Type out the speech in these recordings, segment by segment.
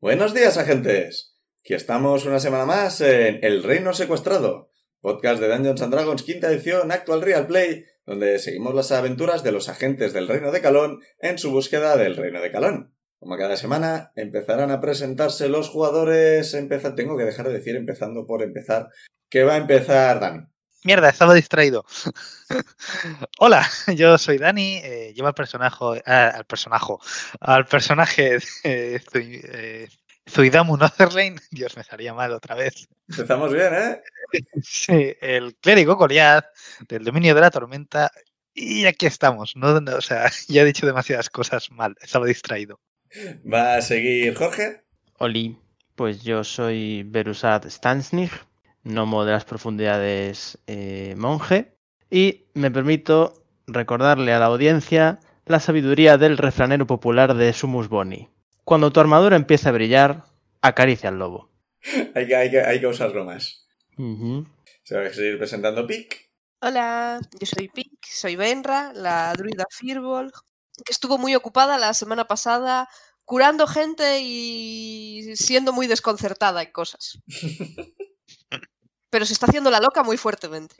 Buenos días, agentes. Aquí estamos una semana más en El Reino Secuestrado, podcast de Dungeons and Dragons quinta edición Actual Real Play, donde seguimos las aventuras de los agentes del Reino de Calón en su búsqueda del Reino de Calón. Como cada semana, empezarán a presentarse los jugadores. Empeza... Tengo que dejar de decir empezando por empezar. Que va a empezar Dani. Mierda, estaba distraído. Hola, yo soy Dani, eh, llevo al personaje, ah, al personaje, al personaje de Zui- eh, Zuidamu Notherlane, Dios me salía mal otra vez. Empezamos bien, ¿eh? Sí, el clérigo Goliath, del dominio de la tormenta, y aquí estamos. No, no, o sea, ya he dicho demasiadas cosas mal, estaba distraído. Va a seguir Jorge. Oli, pues yo soy Berusat Stansnig, gnomo de las profundidades eh, monje, y me permito recordarle a la audiencia la sabiduría del refranero popular de Sumus Boni. Cuando tu armadura empieza a brillar, acaricia al lobo. Hay que, hay que, hay que usarlo más. Ujú. Se va a seguir presentando Pic. Hola, yo soy Pink, soy Benra, la druida Firbolg, que estuvo muy ocupada la semana pasada curando gente y siendo muy desconcertada en cosas. Pero se está haciendo la loca muy fuertemente.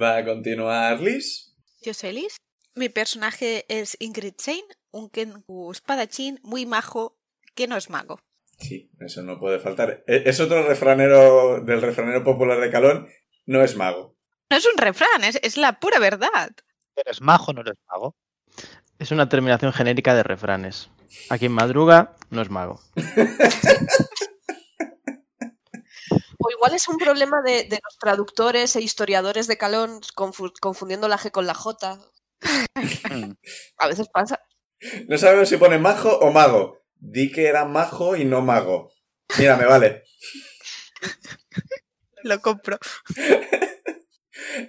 Va a continuar Liz. Yo soy Liz. Mi personaje es Ingrid Shane, un Kengu espadachín muy majo que no es mago. Sí, eso no puede faltar. E- Es otro refranero del refranero popular de Calón, no es mago. No es un refrán, es, es la pura verdad. Pero es majo, no eres mago. Es una terminación genérica de refranes. A quien madruga no es mago. O igual es un problema de, de los traductores e historiadores de Calón confu- confundiendo la G con la J. A veces pasa. No sabemos si pone majo o mago. Di que era majo y no mago. Mira, me vale. Lo compro.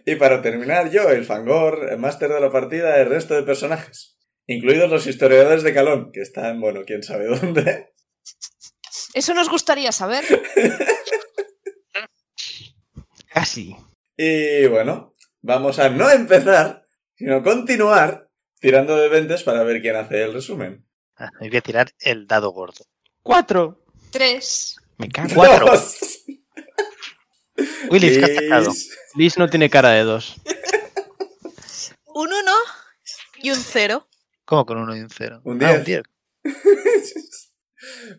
Y para terminar, yo, el Fangor, el máster de la partida, el resto de personajes. Incluidos los historiadores de Calón, que están, bueno, quién sabe dónde. Eso nos gustaría saber. Casi. Y bueno, vamos a no empezar, sino continuar tirando de ventes para ver quién hace el resumen. Ah, me voy a tirar el dado gordo. ¡Cuatro! Tres. Me cago. Cuatro. Dos. Willis, ¿qué has sacado? Liz. Liz no tiene cara de dos. Un 1 y un 0. ¿Cómo con uno y un cero? Un Ah, diez. diez.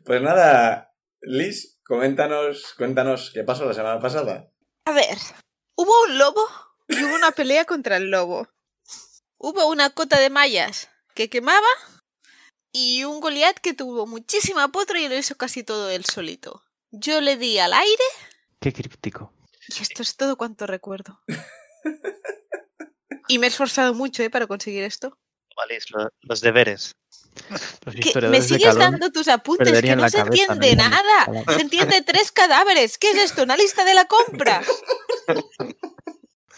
Pues nada, Liz, coméntanos, cuéntanos qué pasó la semana pasada. A ver, hubo un lobo y hubo una pelea contra el lobo. Hubo una cota de mallas que quemaba y un Goliath que tuvo muchísima potra y lo hizo casi todo él solito. Yo le di al aire Qué críptico. y esto es todo cuanto recuerdo. Y me he esforzado mucho ¿eh? para conseguir esto. Vale, es lo- los deberes. Los Que historiadores me de sigues Calón- dando tus apuntes, que perderían no la se cabeza, entiende no entiendo nada. nada. Se entiende tres cadáveres. ¿Qué es esto? ¿Una lista de la compra?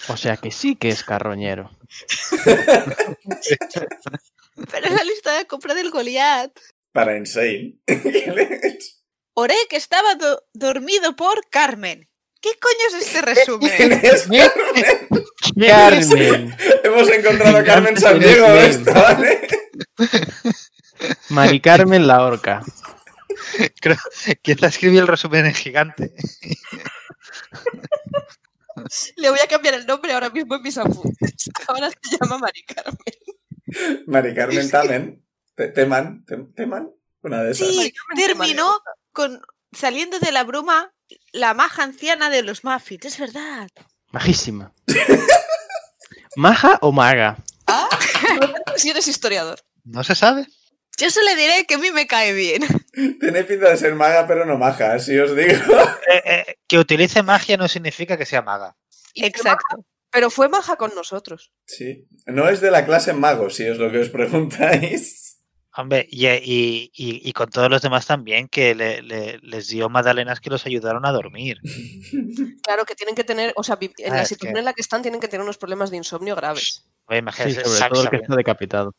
O sea que sí que es carroñero. Pero es la lista de compra del Goliath. Para Insane. ¿Quién Oré que estaba do- dormido por Carmen. ¿Qué coño es este resumen? es? Carmen, Hemos encontrado a Carmen San Diego, Eres esto, ¿vale? Mari Carmen la horca. ¿Quién la escribió el resumen en gigante? Le voy a cambiar el nombre ahora mismo en mis apuntes. Ahora se llama Mari Carmen. Mari Carmen Tamen. Te- Teman. Te- Teman. Una de esas. Sí, Mario, terminó con saliendo de la bruma la maja anciana de los Muffins. Es verdad. Majísima. ¿Maja o maga? Ah, si eres historiador. No se sabe. Yo solo le diré que a mí me cae bien. Tiene pinta de ser maga, pero no maja, así os digo. Eh, eh, que utilice magia no significa que sea maga. Y que Exacto. Pero fue maja con nosotros. Sí. No es de la clase mago, si es lo que os preguntáis. Hombre, y, y- y- y con todos los demás también, que le- le- les dio magdalenas que los ayudaron a dormir. Claro que tienen que tener, o sea, vi- en Ah, la es que- situación en la que están tienen que tener unos problemas de insomnio graves. Oye, Sí, imagínate, sobre sab- todo el que sabiendo- está decapitado.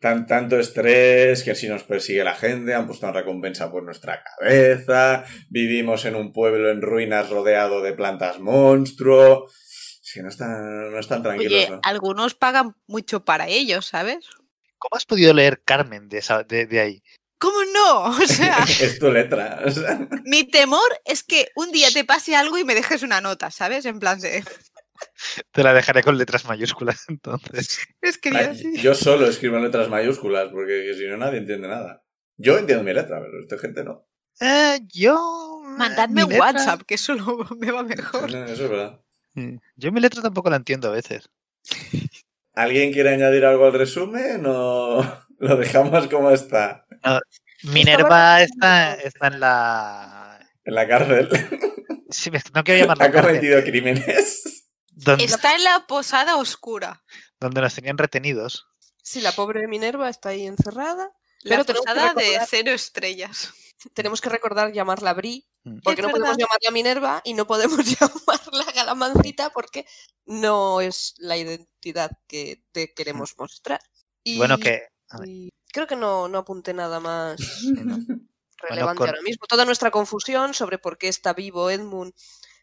Tan, tanto estrés, que si nos persigue la gente, han puesto una recompensa por nuestra cabeza, vivimos en un pueblo en ruinas rodeado de plantas monstruo. Es que no están, no están tranquilos. Oye, ¿no? algunos pagan mucho para ellos, ¿sabes? ¿Cómo has podido leer Carmen de, esa- de- de ahí? ¿Cómo no? O sea, Es tu letra. o sea. mi temor es que un día te pase algo y me dejes una nota, ¿sabes? En plan de... Te la dejaré con letras mayúsculas entonces. Es que Ah, mira, sí. Yo solo escribo en letras mayúsculas, porque si no nadie entiende nada. Yo entiendo mi letra, pero esta gente no. Eh, yo... eh, mi Mandadme un letra- WhatsApp, que eso lo- me va mejor. No, Eso es verdad. Mm, Yo mi letra tampoco la entiendo a veces. ¿Alguien quiere añadir algo al resumen o lo dejamos como está? Minerva está, pensando- está en la... En la cárcel. Sí, me- no quiero llamarla Ha cárcel, cometido crímenes. donde, Está en la posada oscura. donde nos tenían retenidos. Sí, la pobre Minerva está ahí encerrada. La Pero tenemos que posada de recordar- cero estrellas. Tenemos que recordar llamarla Bri, Mm. porque Es no podemos verdad. llamarla Minerva y no podemos llamarla Galamancita porque no es la identidad que te queremos mostrar. Y, Bueno, que... a ver, y creo que no, no apunté nada más no. relevante con- ahora mismo. Toda nuestra confusión sobre por qué está vivo Edmund,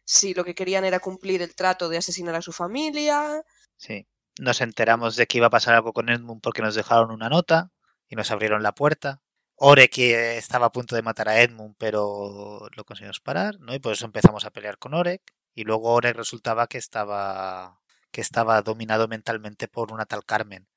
si lo que querían era cumplir el trato de asesinar a su familia. Sí. Nos enteramos de que iba a pasar algo con Edmund porque nos dejaron una nota y nos abrieron la puerta. Ore que estaba a punto de matar a Edmund, pero lo conseguimos parar, ¿no? Y por eso empezamos a pelear con Orek. Y luego Orek resultaba que estaba que estaba dominado mentalmente por una tal Carmen.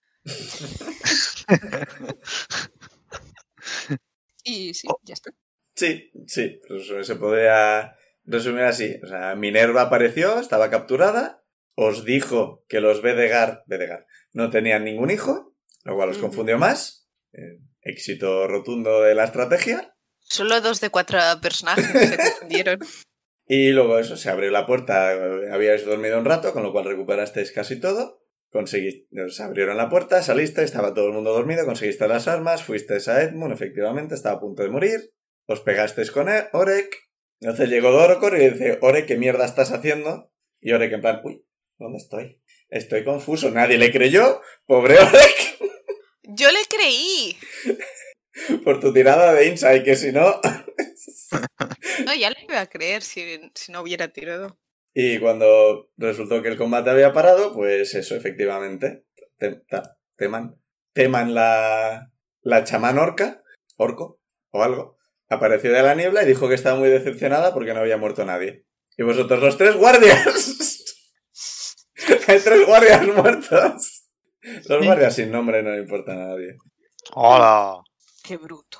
Y sí, Oh. ya está. Sí, sí. pues se podría resumir así. O sea, Minerva apareció, estaba capturada, os dijo que los Bedegar, Bedegar no tenían ningún hijo, lo cual os Ujú. confundió más. Eh, éxito rotundo de la estrategia. Solo dos de cuatro personajes se confundieron. Y luego eso, se abrió la puerta, eh, habíais dormido un rato, con lo cual recuperasteis casi todo. Conseguís, os abrieron la puerta, saliste, estaba todo el mundo dormido, conseguiste las armas, fuisteis a Edmund, efectivamente, estaba a punto de morir. Os pegasteis con E- Orek. Entonces llegó Dorocor y le dice, Orek, ¿qué mierda estás haciendo? Y Orek en plan, uy, ¿dónde estoy? Estoy confuso, nadie le creyó. Pobre Orek, Yo le creí. por tu tirada de insight, que si no... No, ya le iba a creer si, si no hubiera tirado. Y cuando resultó que el combate había parado, pues eso, efectivamente. Te- ta- teman. Teman la. la chamán orca. Orco. O algo. Apareció de la niebla y dijo que estaba muy decepcionada porque no había muerto nadie. Y vosotros los tres guardias. Hay tres guardias muertos. Los Sí. guardias sin nombre no le importa a nadie. ¡Hola! Qué bruto.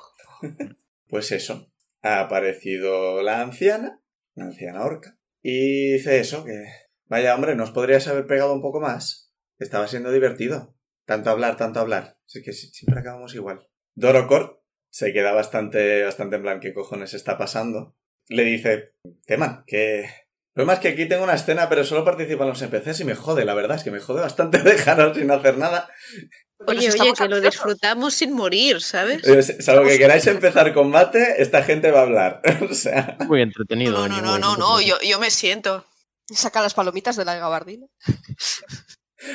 Pues eso, ha aparecido la anciana, la anciana orca, y dice eso, que vaya hombre, nos podrías haber pegado un poco más. Estaba siendo divertido. Tanto hablar, tanto hablar. Así que si- siempre acabamos igual. Dorocor se queda bastante, bastante en plan, ¿qué cojones está pasando? Le dice, Teman, que... Lo más que aquí tengo una escena, pero solo participan los NPCs y me jode, la verdad es que me jode bastante dejaros sin hacer nada. Pero si estamos ansiosos. disfrutamos sin morir, ¿sabes? Eh, Salvo que queráis empezar combate, esta gente va a hablar. o sea... Muy entretenido. No, no, Doña no, Wayne, no, no, entonces, yo, yo me siento. Saca las palomitas de la gabardina.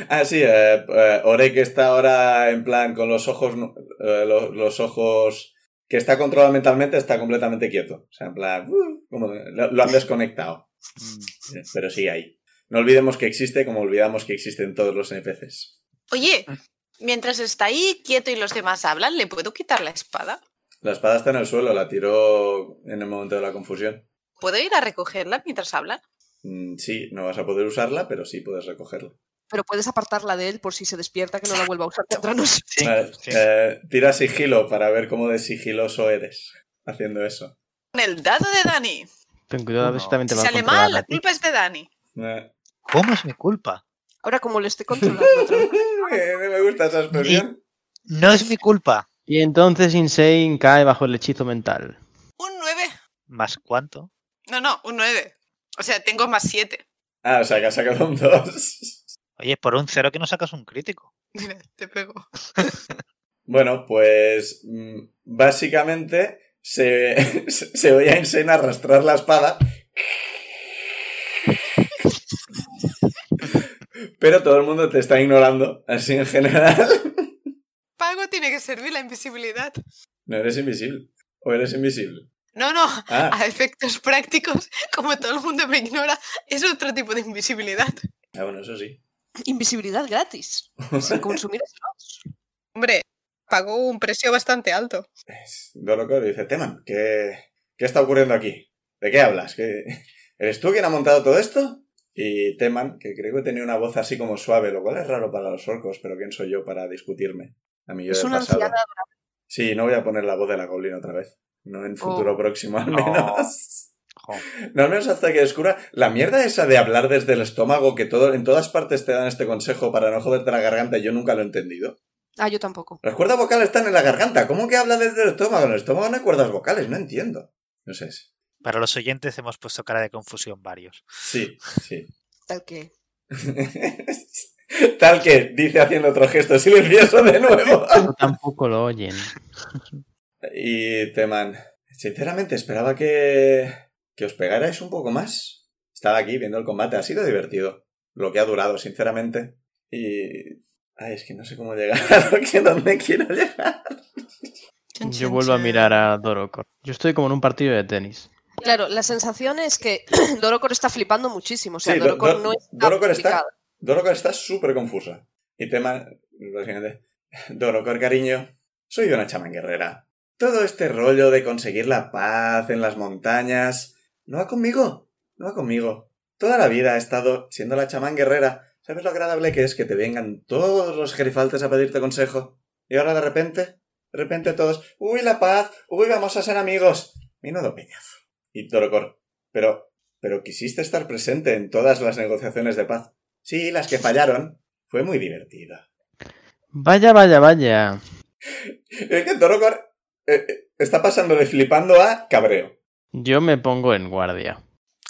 Ah, sí, eh, eh, Orek está ahora en plan con los ojos, nu- eh, lo- los, ojos que está controlado mentalmente, está completamente quieto. O sea, en plan, uh, como de- lo, lo han desconectado, Mm. Eh, pero sigue ahí. No olvidemos que existe como olvidamos que existen todos los NPCs. Oye, Mm. mientras está ahí quieto y los demás hablan, ¿le puedo quitar la espada? La espada está en el suelo, la tiró en el momento de la confusión. ¿Puedo ir a recogerla mientras hablan? Mm, sí, no vas a poder usarla, pero sí puedes recogerla. Pero puedes apartarla de él por si se despierta que no la vuelva a usar contra nosotros. Sí, Vale, sí. eh, tira sigilo para ver cómo de sigiloso eres haciendo eso. Con el dado de Dani. Ten cuidado a ver si también te Si va a sale controlar mal, a la ti. culpa es de Dani. Eh, ¿Cómo es mi culpa? Ahora como le esté controlando otra vez, me gusta esa expresión. No es mi culpa. Y entonces Insane cae bajo el hechizo mental. Un 9. ¿Más cuánto? No, no, un 9. O sea, tengo más 7. Ah, o sea, que ha sacado un 2. Oye, por un cero que no sacas un crítico. Mira, te pego. Bueno, pues mm, básicamente se, se oye a Insane arrastrar la espada. Pero todo el mundo te está ignorando, así en general. Pago tiene que servir la invisibilidad. No eres invisible. O eres invisible. No, no, Ah, a efectos prácticos, como todo el mundo me ignora, es otro tipo de invisibilidad. ah, bueno, eso sí. Invisibilidad gratis. sin consumir slots. Hombre, pagó un precio bastante alto. Dorocoro dice, Teman, ¿qué, ¿qué está ocurriendo aquí? ¿De qué hablas? ¿Qué- ¿Eres tú quien ha montado todo esto? Y Teman, que creo que tenía una voz así como suave, lo cual es raro para los orcos, pero ¿quién soy yo para discutirme? A mí yo Es del una pasado. anciana Sí, no voy a poner la voz de la goblina otra vez. No Oh. en futuro próximo, al No. menos. Jo. No, al menos hasta que descubra la mierda esa de hablar desde el estómago, que todo, en todas partes te dan este consejo para no joderte la garganta, yo nunca lo he entendido. Ah, yo tampoco. Las cuerdas vocales están en la garganta. ¿Cómo que habla desde el estómago? En el estómago no hay cuerdas vocales, no entiendo. No sé. Para los oyentes hemos puesto cara de confusión varios. Sí, sí. Tal que. Tal que dice haciendo otro gesto silencioso de nuevo. No, tampoco lo oyen. Y Teman, sinceramente esperaba que, que os pegarais un poco más. Estaba aquí viendo el combate, ha sido divertido. Lo que ha durado, sinceramente. Y... Ay, es que no sé cómo llegar a lo que dónde quiero llegar. Chan, Yo chan, vuelvo a chan. mirar a Dorocor. Yo estoy como en un partido de tenis. Claro, la sensación es que Dorocor está flipando muchísimo. O sea, Sí, Do- Dorocor Do- no está Dorocor está- complicada. Dorocor está súper confusa. Y tema, básicamente, Dorocor, cariño, soy una chamán guerrera. Todo este rollo de conseguir la paz en las montañas, no va conmigo, no va conmigo. Toda la vida he estado siendo la chamán guerrera. ¿Sabes lo agradable que es que te vengan todos los gerifaltes a pedirte consejo? Y ahora de repente, de repente todos, uy, la paz, uy, vamos a ser amigos. Menudo peñazo. Y Dorocor, pero, pero quisiste estar presente en todas las negociaciones de paz. Sí, las que fallaron. Fue muy divertido. Vaya, vaya, vaya. Es que Dorocor eh, eh, está pasando de flipando a cabreo. Yo me pongo en guardia.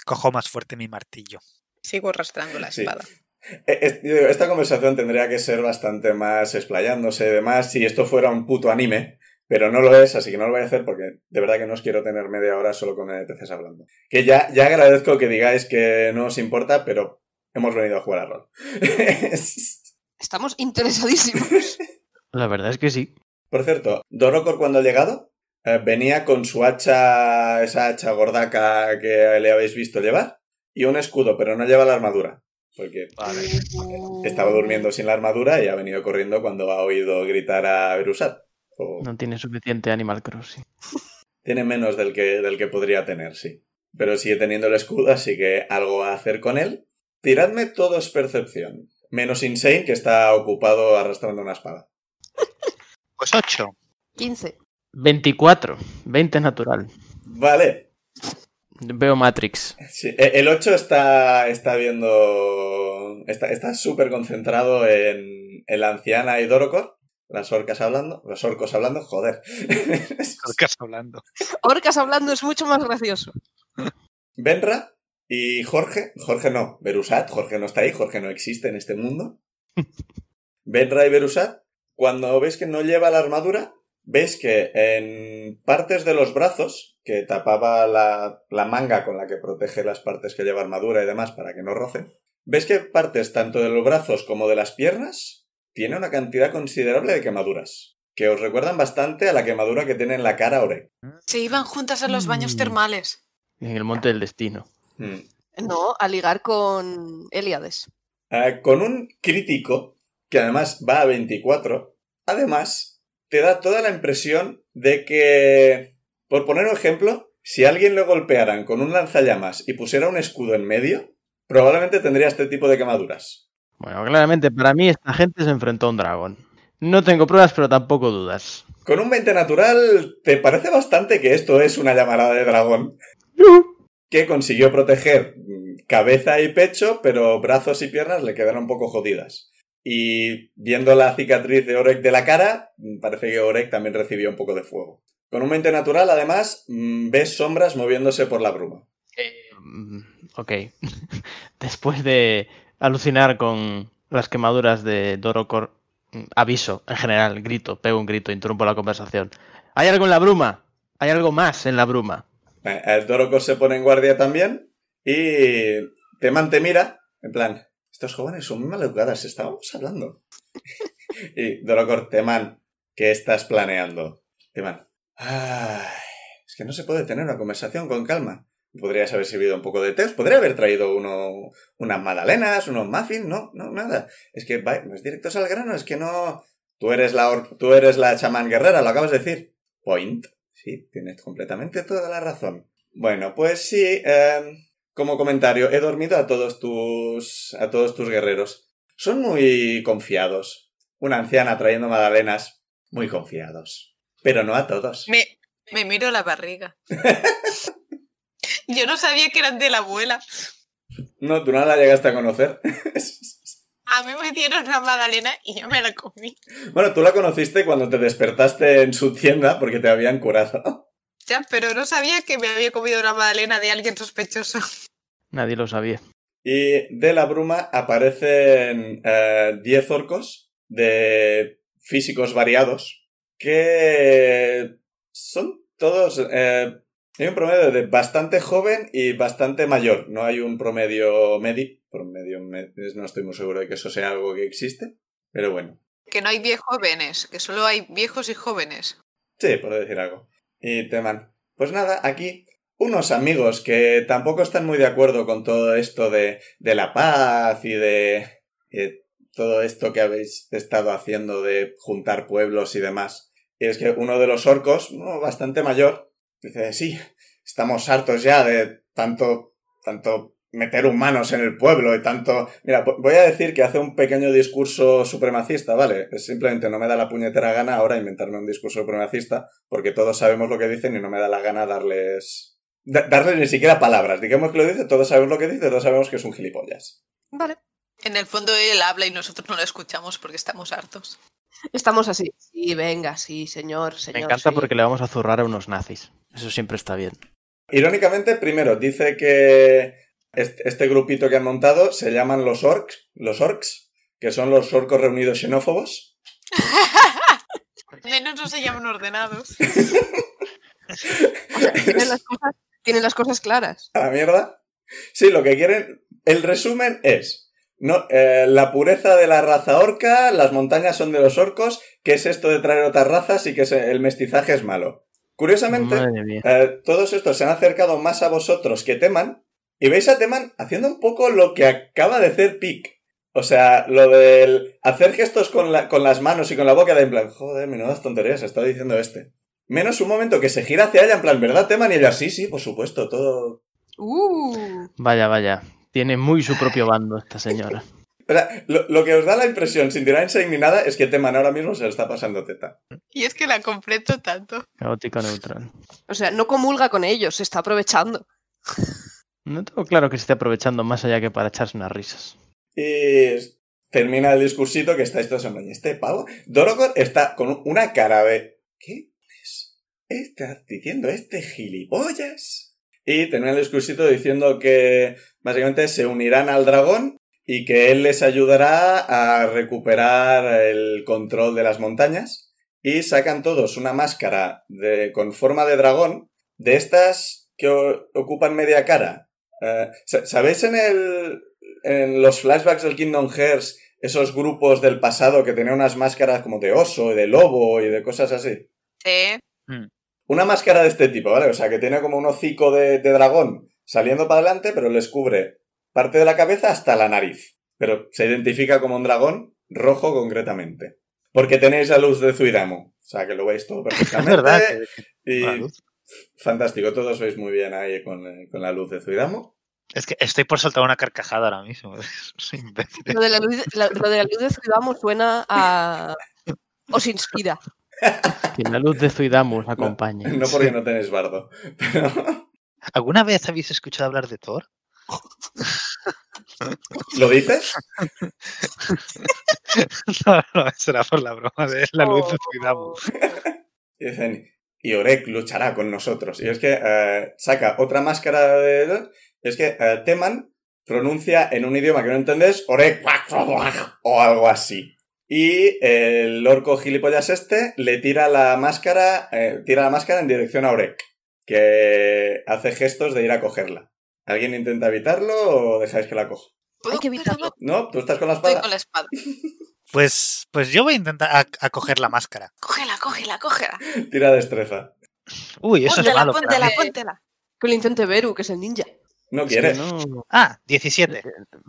Cojo más fuerte mi martillo. Sigo arrastrando la Sí. espada. Eh, es- digo, Esta conversación tendría que ser bastante más explayándose y demás si esto fuera un puto anime, pero no lo es, así que no lo voy a hacer porque de verdad que no os quiero tener media hora solo con NPCs hablando. Que ya, ya agradezco que digáis que no os importa, pero hemos venido a jugar a rol. Estamos interesadísimos. La verdad es que sí. Por cierto, Dorocor cuando ha llegado eh, venía con su hacha, esa hacha gordaca que le habéis visto llevar, y un escudo, pero no lleva la armadura, porque Eh, estaba durmiendo sin la armadura y ha venido corriendo cuando ha oído gritar a Berusat. O No tiene suficiente Animal Crossing. Tiene menos del que, del que podría tener, sí. Pero sigue teniendo el escudo, así que algo a hacer con él. Tiradme todos percepción, menos Insane, que está ocupado arrastrando una espada. Pues 8. 15. 24. 20 natural. Vale, Veo Matrix. Sí, e- el 8 está, está viendo. Está está súper concentrado en, en la anciana y Dorocor. Las orcas hablando. Los orcos hablando, joder. estás hablando? Orcas hablando es mucho más gracioso. Benra y Jorge. Jorge no, Berusat. Jorge no está ahí, Jorge no existe en este mundo. Benra y Berusat, cuando ves que no lleva la armadura, ves que en partes de los brazos, que tapaba la, la manga con la que protege las partes que lleva armadura y demás para que no rocen, ves que partes tanto de los brazos como de las piernas tiene una cantidad considerable de quemaduras, que os recuerdan bastante a la quemadura que tiene en la cara Ore. Se iban juntas a los baños Mm. termales. En el monte del destino. Hmm. No, a ligar con Eliades. Ah, con un crítico que además va a 24, además te da toda la impresión de que, por poner un ejemplo, si a alguien le golpearan con un lanzallamas y pusiera un escudo en medio, probablemente tendría este tipo de quemaduras. Bueno, claramente para mí esta gente se enfrentó a un dragón. No tengo pruebas, pero tampoco dudas. Con un 20 natural, te parece bastante que esto es una llamarada de dragón que consiguió proteger mm, cabeza y pecho, pero brazos y piernas le quedaron un poco jodidas. Y viendo la cicatriz de Orek de la cara, mm, parece que Orek también recibió un poco de fuego. Con un mente natural, además, mm, ves sombras moviéndose por la bruma. Eh, mm, ok. Después de alucinar con las quemaduras de Dorocor, mm, aviso, en general, grito, pego un grito, interrumpo la conversación. ¿Hay algo en la bruma? ¿Hay algo más en la bruma? Eh, El Dorocor se pone en guardia también y Temán te mira, en plan, estos jóvenes son muy maleducadas, estábamos hablando. y Dorocor, Temán, ¿qué estás planeando? Temán, "Ay, es que no se puede tener una conversación con calma. Podrías haber servido un poco de té, os podría haber traído uno, unas magdalenas, unos muffins, no, no, nada. Es que vais directos al grano, es que no... Tú eres la, or- tú eres la chamán guerrera, lo acabas de decir. Point. Sí, tienes completamente toda la razón. Bueno, pues sí, em, como comentario, he dormido a todos tus. a todos tus guerreros. Son muy confiados. Una anciana trayendo magdalenas, muy confiados. Pero no a todos. Me, me miro la barriga. Yo no sabía que eran de la abuela. No, tú no la llegaste a conocer. A mí me dieron la magdalena y yo me la comí. bueno, tú la conociste cuando te despertaste en su tienda porque te habían curado. Ya, pero no sabía que me había comido una magdalena de alguien sospechoso. Nadie lo sabía. Y de la bruma aparecen eh, 10 orcos de físicos variados que son todos... eh, hay un promedio de bastante joven y bastante mayor. No hay un promedio medi. Promedio me- no estoy muy seguro de que eso sea algo que existe. Pero bueno. Que no hay viejos jóvenes, que solo hay viejos y jóvenes. Sí, por decir algo. Y Teman. Pues nada, aquí unos amigos que tampoco están muy de acuerdo con todo esto de, de la paz y de, y de todo esto que habéis estado haciendo de juntar pueblos y demás. Y es que uno de los orcos, uno bastante mayor, dice, sí, estamos hartos ya de tanto, tanto meter humanos en el pueblo y tanto... Mira, po- voy a decir que hace un pequeño discurso supremacista, ¿vale? Simplemente no me da la puñetera gana ahora inventarme un discurso supremacista, porque todos sabemos lo que dicen y no me da la gana darles... da- darles ni siquiera palabras. Digamos que lo dice, todos sabemos lo que dice, todos sabemos que es un gilipollas. Vale, En el fondo él habla y nosotros no lo escuchamos porque estamos hartos. estamos así. Sí, venga, sí, señor, señor. Me encanta sí. porque le vamos a zurrar a unos nazis. Eso siempre está bien. Irónicamente, primero, dice que est- este grupito que han montado se llaman los orcs, los orcs, que son los orcos reunidos xenófobos. Menos no se llaman ordenados. O sea, tienen, las cosas, tienen las cosas claras. a la mierda. Sí, lo que quieren. El resumen es. No, eh, la pureza de la raza orca, las montañas son de los orcos, ¿qué es esto de traer otras razas y que se- el mestizaje es malo? Curiosamente, Madre mía. eh, todos estos se han acercado más a vosotros que Teman, y veis a Teman haciendo un poco lo que acaba de hacer Pic. O sea, lo del hacer gestos con, la- con las manos y con la boca de en plan, joder, menudas tonterías, está diciendo este. Menos un momento que se gira hacia ella en plan, ¿verdad, Teman? Y ella, sí, sí, por supuesto, todo, Uh, Vaya, vaya. Tiene muy su propio bando esta señora. O sea, lo, lo que os da la impresión, sin tirar enseña ni nada, es que Teman ahora mismo se lo está pasando teta. Y es que la completo tanto. Caótico neutral. o sea, no comulga con ellos, se está aprovechando. No tengo claro que se esté aprovechando más allá que para echarse unas risas. Y termina el discursito que estáis todos en plan, Este pavo. Dorogor está con una cara de. ¿Qué es? ¿Estás diciendo este gilipollas? Y termina el discursito diciendo que básicamente se unirán al dragón y que él les ayudará a recuperar el control de las montañas. Y sacan todos una máscara de, con forma de dragón, de estas que o- ocupan media cara. Eh, sa- ¿Sabéis en, el, en los flashbacks del Kingdom Hearts esos grupos del pasado que tenían unas máscaras como de oso y de lobo y de cosas así? Sí. Una máscara de este tipo, ¿vale? O sea, que tiene como un hocico de, de dragón saliendo para adelante, pero les cubre parte de la cabeza hasta la nariz. Pero se identifica como un dragón rojo concretamente. Porque tenéis la luz de Zuidamu. O sea, que lo veis todo Es perfectamente. verdad. que- y la luz. fantástico, todos veis muy bien ahí con, eh, con la luz de Zuidamu. Es que estoy por soltar una carcajada ahora mismo. Soy imbécil. Lo de la luz, la- lo de, la luz de Zuidamu suena a. Os inspira. Que la luz de Zuidamu la acompañe. No porque no tenéis bardo. Pero ¿Alguna vez habéis escuchado hablar de Thor? ¿Lo dices? No, no, será por la broma de la luz de Zuidamu. Y dicen, y Orek luchará con nosotros. Y es que eh, saca otra máscara de... Es que eh, Teman pronuncia en un idioma que no entendés ore o algo así. Y eh, el orco gilipollas este le tira la máscara, eh, tira la máscara en dirección a Orek, que hace gestos de ir a cogerla. ¿Alguien intenta evitarlo o dejáis que la coja? Hay que evitarlo. No, tú estás con la Estoy espada. con la espada. Pues, pues yo voy a intentar a, a coger la máscara. Cógela, cógela, cógela. Tira destreza. Uy, eso es Póntela, malo. para póntela, mí. póntela. Que lo intente Beru, que es el ninja. No Es que quieres. no- Ah, 17.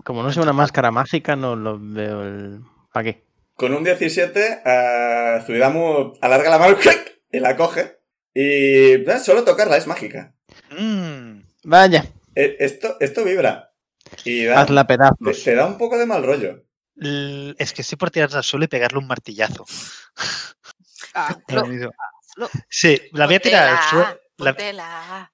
como no sea una máscara mágica, no lo veo el. ¿Para qué? Con un 17, eh, Zuidamu alarga la mano ¡clic! y la coge. Y eh, solo tocarla es mágica. Mm, Vaya, Eh, esto, esto vibra. Y da, hazla te, pedazos. te da un poco de mal rollo. l- es que estoy por tirarla al suelo y pegarle un martillazo. Ah, Lo no. mismo. no. Sí, la voy a tirar al suelo. La, Póntela.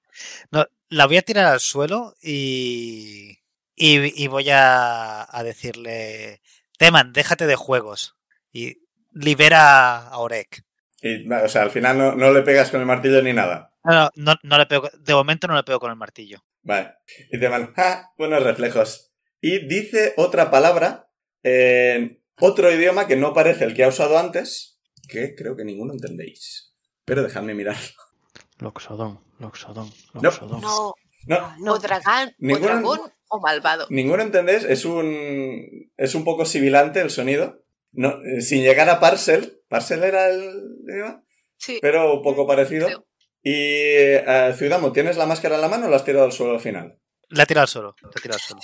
no, la voy a tirar al suelo y. Y, y voy a, a decirle. Teman, déjate de juegos. Y libera a Orek. Y, o sea, al final no, no le pegas con el martillo ni nada. No, no, no, no le pego, de momento no le pego con el martillo. Vale. Y te van, ¡ja! Buenos reflejos. Y dice otra palabra en otro idioma que no parece el que ha usado antes, que creo que ninguno entendéis. Pero dejadme mirar. Loxodón, Loxodón, No. Loxodón. No, No, No. o dragón, o Ninguna- dragón, o malvado. ninguno entendéis. Es un, es un poco sibilante el sonido. No, eh, sin llegar a Parcel. Parcel era el idioma, Sí. pero un poco parecido. Creo. Y eh, Ciudadamo, ¿tienes la máscara en la mano o la has tirado al suelo al final? La he tirado al suelo. La he tirado al suelo.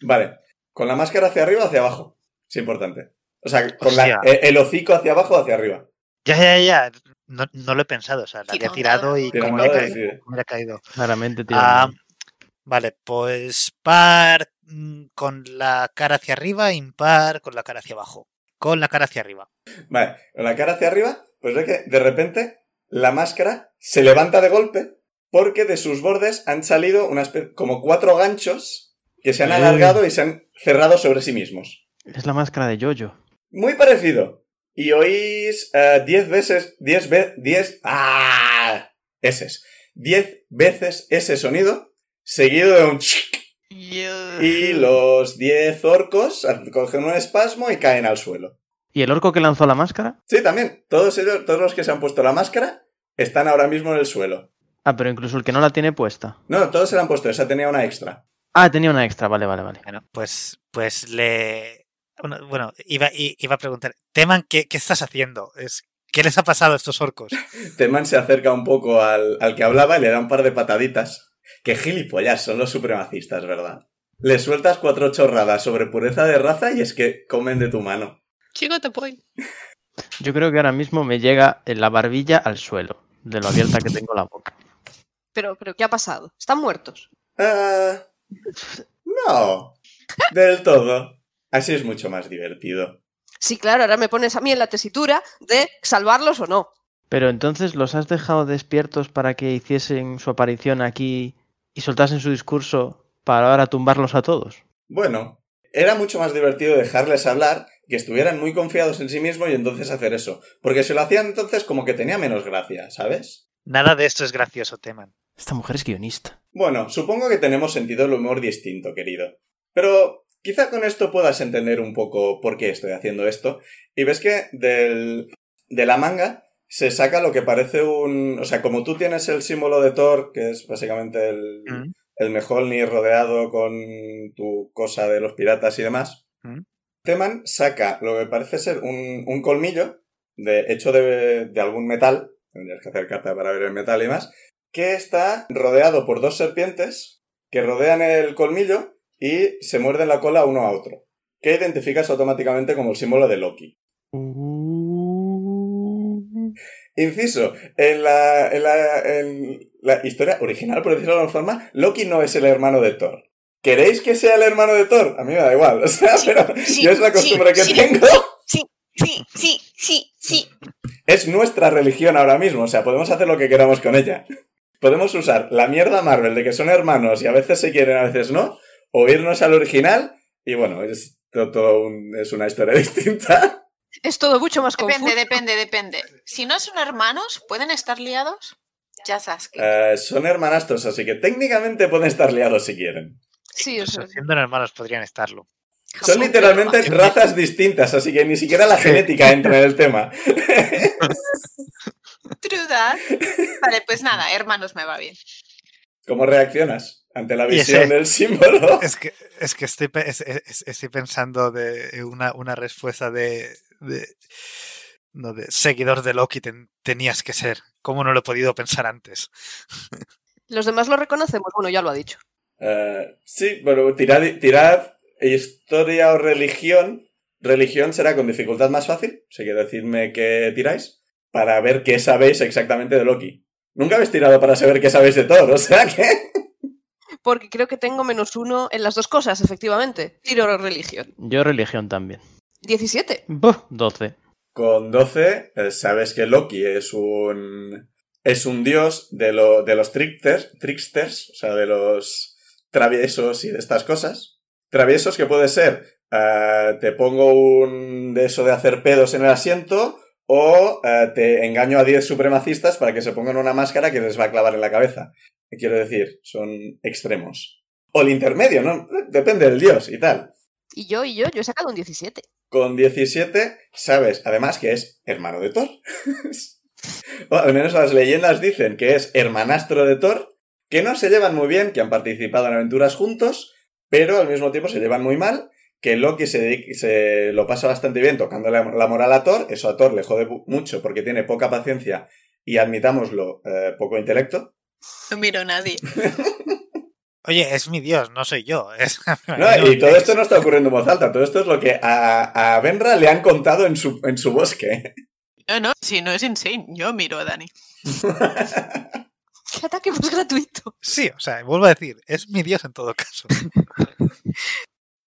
Vale. ¿Con la máscara hacia arriba o hacia abajo? Es importante. O sea, con la- Hostia. eh, el hocico hacia abajo o hacia arriba. Ya, ya, ya. No, no lo he pensado. O sea, la había Tirando tirado y Tiene como un le he dado caído. decide. como le he caído. Claramente tiene. Ah, vale, pues par mm, con la cara hacia arriba, impar con la cara hacia abajo. Con la cara hacia arriba. Vale, con la cara hacia arriba, pues ve que de repente la máscara se levanta de golpe porque de sus bordes han salido unas como cuatro ganchos que se han Eh. alargado y se han cerrado sobre sí mismos. Es la máscara de Jojo. Muy parecido. Y oís eh, diez veces, diez veces, diez... ¡Ah! Eses. Diez veces ese sonido seguido de un... chic. Y los diez orcos cogen un espasmo y caen al suelo. ¿Y el orco que lanzó la máscara? Sí, también. Todos ellos, todos los que se han puesto la máscara están ahora mismo en el suelo. Ah, pero incluso el que no la tiene puesta. No, todos se la han puesto, esa tenía una extra. Ah, tenía una extra, vale, vale, vale. Bueno, pues, pues le. Bueno, bueno, iba, i- iba a preguntar, Teman, ¿qué, qué estás haciendo? Es, ¿Qué les ha pasado a estos orcos? Teman se acerca un poco al, al que hablaba y le da un par de pataditas. Qué gilipollas son los supremacistas, ¿verdad? Le sueltas cuatro chorradas sobre pureza de raza y es que comen de tu mano. Chico, te voy. Yo creo que ahora mismo me llega en la barbilla al suelo, de lo abierta que tengo la boca. Pero, pero, ¿qué ha pasado? Están muertos. Ah, no, del todo. Así es mucho más divertido. Sí, claro, ahora me pones a mí en la tesitura de salvarlos o no. Pero entonces, ¿los has dejado despiertos para que hiciesen su aparición aquí y soltasen su discurso para ahora tumbarlos a todos? Bueno, era mucho más divertido dejarles hablar, que estuvieran muy confiados en sí mismos y entonces hacer eso. Porque si lo hacían entonces como que tenía menos gracia, ¿sabes? Nada de esto es gracioso, Teman. Esta mujer es guionista. Bueno, supongo que tenemos sentido del humor distinto, querido. Pero quizá con esto puedas entender un poco por qué estoy haciendo esto. Y ves que del, de la manga se saca lo que parece un... O sea, como tú tienes el símbolo de Thor, que es básicamente el, Mm. el Mjolnir rodeado con tu cosa de los piratas y demás, Mm. Teman saca lo que parece ser un, un colmillo de, hecho de, de algún metal, tendrías que hacer carta para ver el metal y demás, que está rodeado por dos serpientes que rodean el colmillo y se muerden la cola uno a otro, que identificas automáticamente como el símbolo de Loki. Inciso, en la, en, la, en la historia original, por decirlo de alguna forma, Loki no es el hermano de Thor. ¿Queréis que sea el hermano de Thor? A mí me da igual, o sea, Sí, pero sí, yo es la sí, costumbre que sí, tengo. Sí, sí, sí, sí. Es nuestra religión ahora mismo, o sea, podemos hacer lo que queramos con ella. Podemos usar la mierda Marvel de que son hermanos y a veces se quieren, a veces no, o irnos al original y bueno, es, to- todo un- es una historia distinta. Es todo mucho más Depende, confuso. depende, depende. Si no son hermanos, ¿pueden estar liados? Ya sabes que. Eh, son hermanastros, así que técnicamente pueden estar liados si quieren. Sí, o Incluso sea, siendo hermanos podrían estarlo. Son literalmente razas distintas, así que ni siquiera la genética entra en el tema. True that. Vale, pues nada, hermanos me va bien. ¿Cómo reaccionas ante la Y ese- visión del símbolo? Es que, es que estoy, pe- es- es- estoy pensando de una, una respuesta de, de- no, de seguidor de Loki ten- tenías que ser. ¿Cómo no lo he podido pensar antes? los demás lo reconocemos. Bueno, ya lo ha dicho. Eh, sí, bueno, tirad, tirad historia o religión. Religión será con dificultad más fácil, así que decidme qué tiráis, para ver qué sabéis exactamente de Loki. Nunca habéis tirado para saber qué sabéis de Thor, o sea que... Porque creo que tengo menos uno en las dos cosas, efectivamente. Tiro religión. Yo religión también. 17. Buh, 12. Con 12, eh, sabes que Loki es un. es un dios de, lo- de los tricksters, tricksters, o sea, de los traviesos y de estas cosas. Traviesos que puede ser. eh, te pongo un de eso de hacer pedos en el asiento. O eh, te engaño a 10 supremacistas para que se pongan una máscara que les va a clavar en la cabeza. Quiero decir, son extremos. O el intermedio, ¿no? Depende del dios y tal. Y yo, y yo, yo he sacado un 17. Con 17 sabes, además, que es hermano de Thor. o al menos las leyendas dicen que es hermanastro de Thor, que no se llevan muy bien, que han participado en aventuras juntos, pero al mismo tiempo se llevan muy mal, que Loki se, dedica- se lo pasa bastante bien tocándole la moral a Thor, eso a Thor le jode bu- mucho porque tiene poca paciencia y, admitámoslo, eh, poco intelecto. No miro a nadie. Oye, es mi dios, no soy yo. Es- No, y todo esto no está ocurriendo en voz alta, todo esto es lo que a, a Benra le han contado en su, en su bosque. No, no, si no es insane, yo miro a Dani. ¡Qué ataque más gratuito! Sí, o sea, vuelvo a decir, es mi dios en todo caso.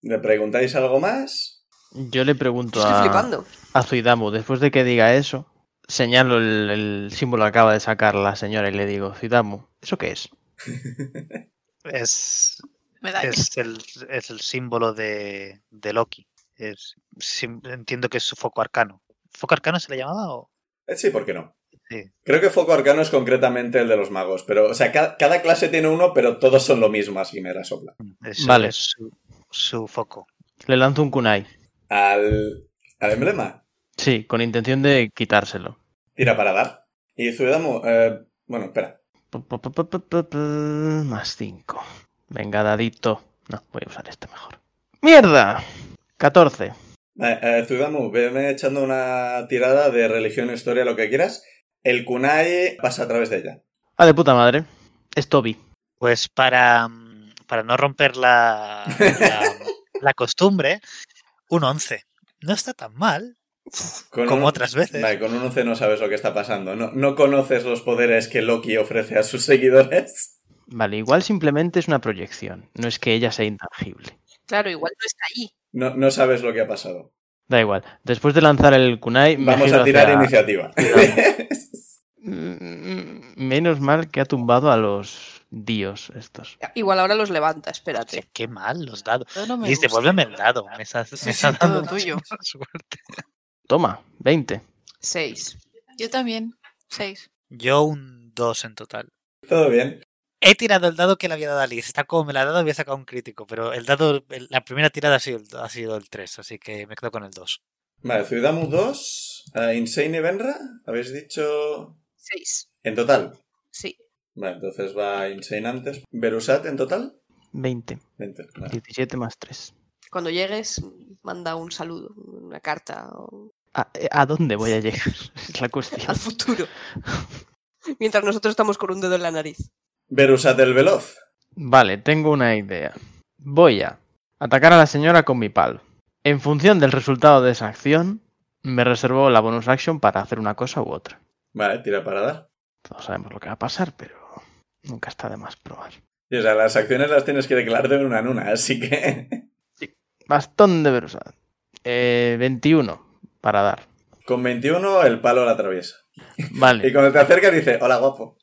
¿Le preguntáis algo más? Yo le pregunto Estoy a, flipando. a Zuidamu, después de que diga eso, señalo el, el símbolo que acaba de sacar la señora y le digo, Zuidamu, ¿eso qué es? Es, Me da es el, es el símbolo de, de Loki. Es, sim- entiendo que es su foco arcano. ¿Foco arcano se le llamaba? O? Eh, Sí, ¿por qué no? Sí. Creo que foco arcano es concretamente el de los magos, pero, o sea, ca- cada, clase tiene uno, pero todos son lo mismo, así me la sopla. Mm, Es, Vale. es su, su foco. Le lanzo un kunai. Al, al emblema, Sí, con intención de quitárselo. tira para dar. Y Zuedamu, eh, bueno, espera. Pu, pu, pu, pu, pu, pu, pu, Más 5. Venga, dadito. No, voy a usar este mejor. ¡Mierda! 14. Eh, eh, Zuedamu, veme echando una tirada de religión, historia, lo que quieras. El kunai pasa a través de ella. Ah, de puta madre. Es Toby. Pues para, mm, para no romper la, la, la costumbre, un 11. No está tan mal Con como un- otras veces. Vale, con un 11 no sabes lo que está pasando. No, no conoces los poderes que Loki ofrece a sus seguidores. Vale, igual simplemente es una proyección. No es que ella sea intangible. Claro, igual no está allí. No, no sabes lo que ha pasado. Da igual. Después de lanzar el kunai, me Vamos giro a tirar hacia- iniciativa. Mm, Menos mal que ha tumbado a los dios estos. Igual ahora los levanta, espérate. Hostia, Qué mal los dados. Yo no me Liz, gusta. devuélveme el dado. Me estás, me Sí, estás sí, todo dando tuyo. mucha mala suerte. Toma, 20. 6. Yo también. Seis. Yo un 2 en total. Todo bien. He tirado el dado que le había dado a Liz. Está como me la ha dado, había sacado un crítico. Pero el dado, el- la primera tirada ha sido, el- ha sido el 3, así que me quedo con el 2. Vale, Zuidamu 2, eh, Insane y Benra, habéis dicho 6. en total. Sí. Vale, entonces va Insane antes. Berusat en total. 20. Veinte, vale. 17 más 3. Cuando llegues, manda un saludo, una carta o- ¿A, eh, a dónde voy a llegar? Es la cuestión. al futuro. Mientras nosotros estamos con un dedo en la nariz. Berusat el veloz. Vale, tengo una idea. Voy a atacar a la señora con mi palo. En función del resultado de esa acción, me reservo la bonus action para hacer una cosa u otra. Vale, tira para dar. Todos sabemos lo que va a pasar, pero nunca está de más probar. Y, o sea, las acciones las tienes que declarar de una en una, así que... Bastón de verosa. Eh, 21 para dar. Con 21 el palo la atraviesa. Y Vale. cuando te acercas dice, hola guapo.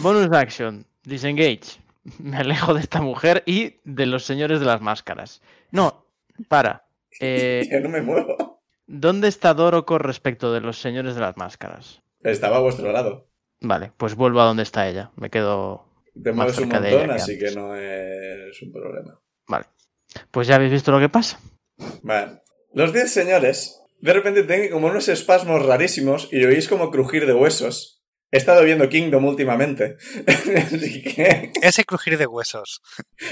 Bonus action. Disengage. Me alejo de esta mujer y de los señores de las máscaras. No, para. Eh, Yo no me muevo. ¿Dónde está Doroco respecto de los señores de las máscaras? Estaba a vuestro lado. Vale, pues vuelvo a donde está ella. Me quedo. Te Más mueves un cerca de montón, ella que así que antes. no es un problema. Pues ya habéis visto lo que pasa. Vale. Los diez señores de repente tienen como unos espasmos rarísimos y oís como crujir de huesos. He estado viendo Kingdom últimamente. Así que Ese crujir de huesos.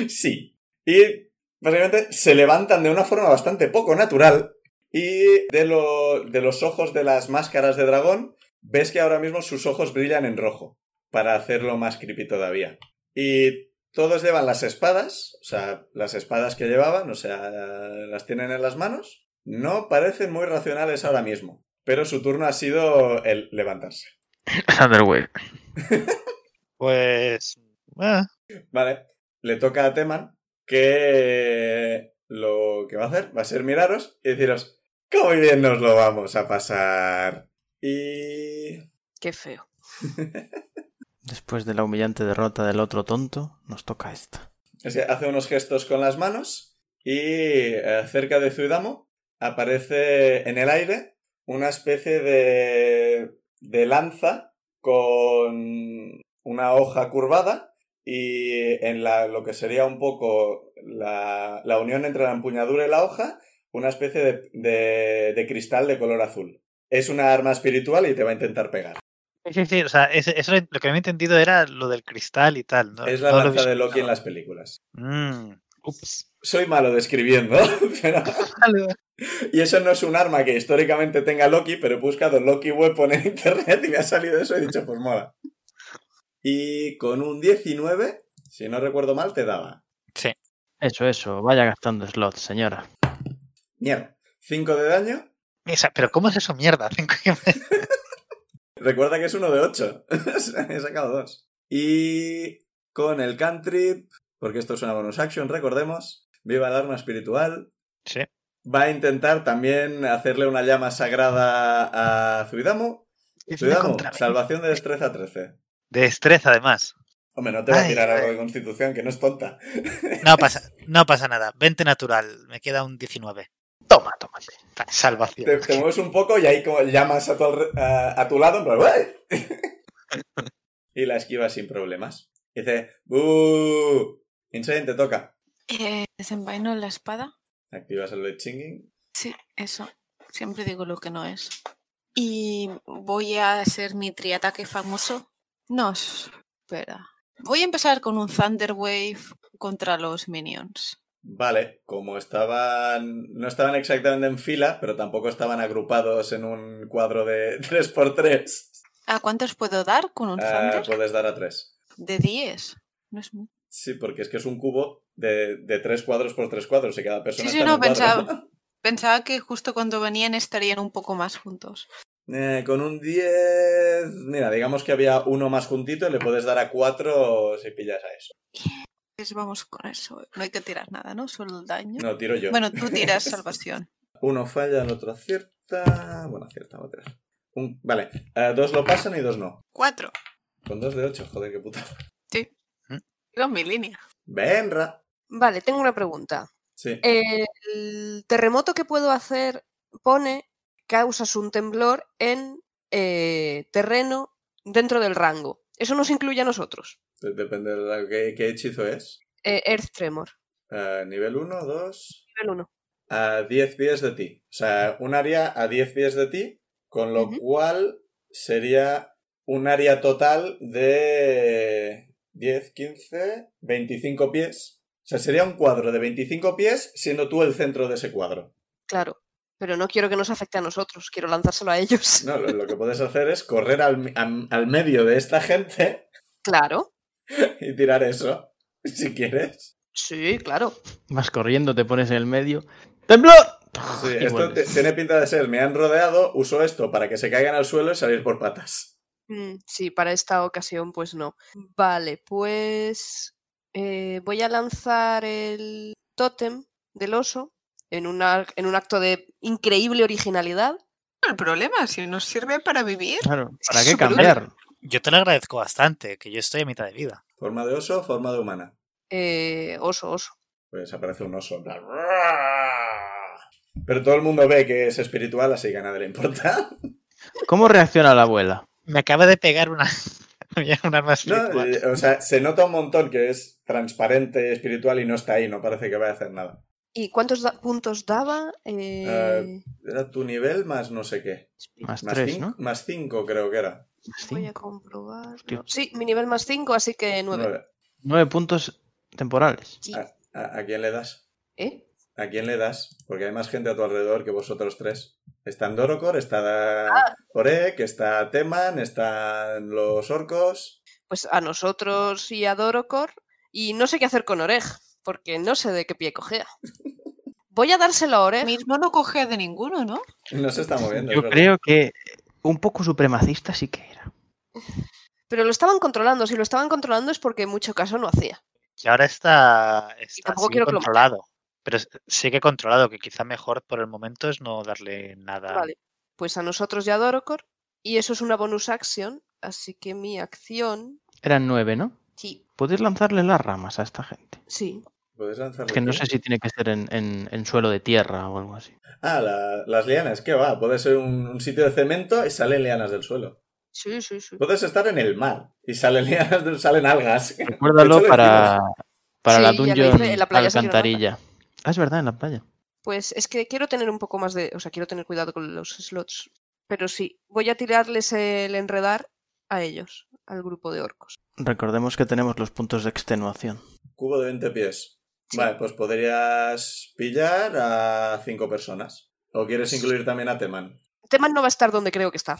sí. Y básicamente se levantan de una forma bastante poco natural. Y de, lo- de los ojos de las máscaras de dragón, ves que ahora mismo sus ojos brillan en rojo. Para hacerlo más creepy todavía. Y todos llevan las espadas, o sea, las espadas que llevaban, o sea, las tienen en las manos. No parecen muy racionales ahora mismo, pero su turno ha sido el levantarse. Underway. Pues. eh. ah, Vale, le toca a Teman que eh, lo que va a hacer va a ser miraros y deciros, ¡qué muy bien nos lo vamos a pasar! Y... Qué feo. Después de la humillante derrota del otro tonto, nos toca esta. Es que hace unos gestos con las manos y eh, cerca de Zuidamo aparece en el aire una especie de, de lanza con una hoja curvada y en la, lo que sería un poco la, la unión entre la empuñadura y la hoja, una especie de, de- de cristal de color azul. Es una arma espiritual y te va a intentar pegar. Sí, sí, sí, o sea, ese- eso lo que había entendido era lo del cristal y tal. ¿no? es la Ah, No lo lanza habéis- de Loki en las películas. Mm, ups. Soy malo describiendo, pero... Y eso no es un arma que históricamente tenga Loki, pero he buscado Loki Weapon en internet y me ha salido eso y he dicho, pues mola. Y con un 19, si no recuerdo mal, te daba. Eso, eso. Vaya gastando slots, señora. Mierda. 5 de daño. Esa- Pero ¿cómo es eso mierda? Cinco que me- Recuerda que es uno de 8. he sacado dos. Y con el cantrip, porque esto es una bonus action, recordemos. Viva el arma espiritual. Sí. Va a intentar también hacerle una llama sagrada a Zuidamo. Es de Zuidamo, contra- salvación de destreza 13. Destreza, además. Hombre, no te va a Ay, tirar algo ay. de constitución, que no es tonta. No pasa, no pasa nada. 20 natural. Me queda un 19. Toma, toma. Salvación. Te, te mueves un poco y ahí como llamas a tu, alre- a, a tu lado, en plan, "¡Ué!". y la esquivas sin problemas. Y dice, ¡Uh! Insane, te toca. Eh, desenvaino la espada. Activas el chinging. Sí, eso. Siempre digo lo que no es. Y voy a hacer mi triataque famoso. No, espera. Voy a empezar con un Thunder Wave contra los minions. Vale, como estaban. No estaban exactamente en fila, pero tampoco estaban agrupados en un cuadro de 3x3. ¿A cuántos puedo dar con un Ah, Thunder? puedes dar a 3. De 10. No es mu- Sí, porque es que es un cubo de, de 3 cuadros por 3 cuadros y cada persona Sí, sí, está en no, un cuadro. pensaba. Pensaba que justo cuando venían estarían un poco más juntos. Eh, con un 10. Mira, digamos que había uno más juntito, le puedes dar a 4 si pillas a eso. Pues vamos con eso. No hay que tirar nada, ¿no? Solo el daño. No, tiro yo. Bueno, tú tiras salvación. Uno falla, el otro acierta. Bueno, acierta, va a tirar. Un- Vale, eh, dos lo pasan y dos no. Cuatro. Con dos de 8, joder, qué puta. Digo, mi línea. Venra. Vale, tengo una pregunta. Sí. Eh. El terremoto que puedo hacer pone causas un temblor en eh, terreno dentro del rango. Eso nos incluye a nosotros. de- Depende de la- qué, qué hechizo es. Eh, Earth Tremor, Eh, nivel 1, 2. nivel 1. A 10 pies de ti. O sea, un área a 10 pies de ti, con lo Ujú. cual sería un área total de 10, 15, 25 pies. O sea, sería un cuadro de 25 pies siendo tú el centro de ese cuadro. Claro, pero no quiero que nos afecte a nosotros, quiero lanzárselo a ellos. No, lo, lo que puedes hacer es correr al, mi- am- al medio de esta gente Claro, y tirar eso, si quieres. sí, claro. Vas corriendo, te pones en el medio. ¡Temblor! Sí, Y esto te- vuelves. tiene pinta de ser, me han rodeado, uso esto para que se caigan al suelo y salir por patas. Mm, sí, para esta ocasión pues no. Vale, pues eh, voy a lanzar el tótem del oso en, una- en un acto de increíble originalidad. No el problema, si nos sirve para vivir. Claro, Es que ¿para es qué súper cambiar? Yo te lo agradezco bastante, que yo estoy a mitad de vida. Forma de oso, forma de humana. Eh, oso, oso. Pues aparece un oso, en plan, Pero todo el mundo ve que es espiritual, así que a nadie le importa. ¿Cómo reacciona la abuela? Me acaba de pegar una, Había un arma No, espiritual. eh, o sea, se nota un montón que es transparente, espiritual y no está ahí, no parece que vaya a hacer nada. ¿Y cuántos da- puntos daba? Eh, Era tu nivel más no sé qué. Más Más tres, cinco- ¿no? Más 5 creo que era. Más voy a cinco. comprobar. Hostia. Sí, mi nivel más 5, así que 9. Nueve. Nueve puntos temporales. Ah. ¿A, a quién le das? ¿Eh? ¿A quién le das? Porque hay más gente a tu alrededor que vosotros tres. Están Dorocor, está Orek, está Teman, están los orcos. Pues a nosotros y a Dorocor. Y no sé qué hacer con Orej, porque no sé de qué pie cogea. Voy a dárselo a Orej. Mismo no coge de ninguno, ¿no? No se está moviendo. es Yo verdad. creo que un poco supremacista sí que era. Pero lo estaban controlando. Si lo estaban controlando es porque mucho caso no hacía. Y ahora está, está tampoco sigue quiero que lo maten. controlado. Pero es- sigue controlado, que quizá mejor por el momento es no darle nada. Vale. Pues a nosotros y a Dorocor. Y eso es una bonus action. Así que mi acción. Eran nueve, ¿no? Sí. Podéis lanzarle las ramas a esta gente. Sí. ¿Puedes lanzarle Es que no tú? sé si tiene que ser en, en- en suelo de tierra o algo así. Ah, la- las lianas, ¿qué va? Puede ser un, un sitio de cemento y salen lianas del suelo. Sí, sí, sí. Puedes estar en el mar y salen lianas, del- salen algas. Recuérdalo De hecho, lo para, para Sí, la ya lo dungeon hice, en la playa salió una alcantarilla. Ah, es verdad, en la playa. Pues es que quiero tener un poco más de. O sea, quiero tener cuidado con los slots. Pero sí, voy a tirarles el enredar a ellos, al grupo de orcos. Recordemos que tenemos los puntos de extenuación. Cubo de 20 pies. Sí. Vale, pues podrías pillar a cinco personas. ¿O quieres incluir también a Teman? Teman no va a estar donde creo que está.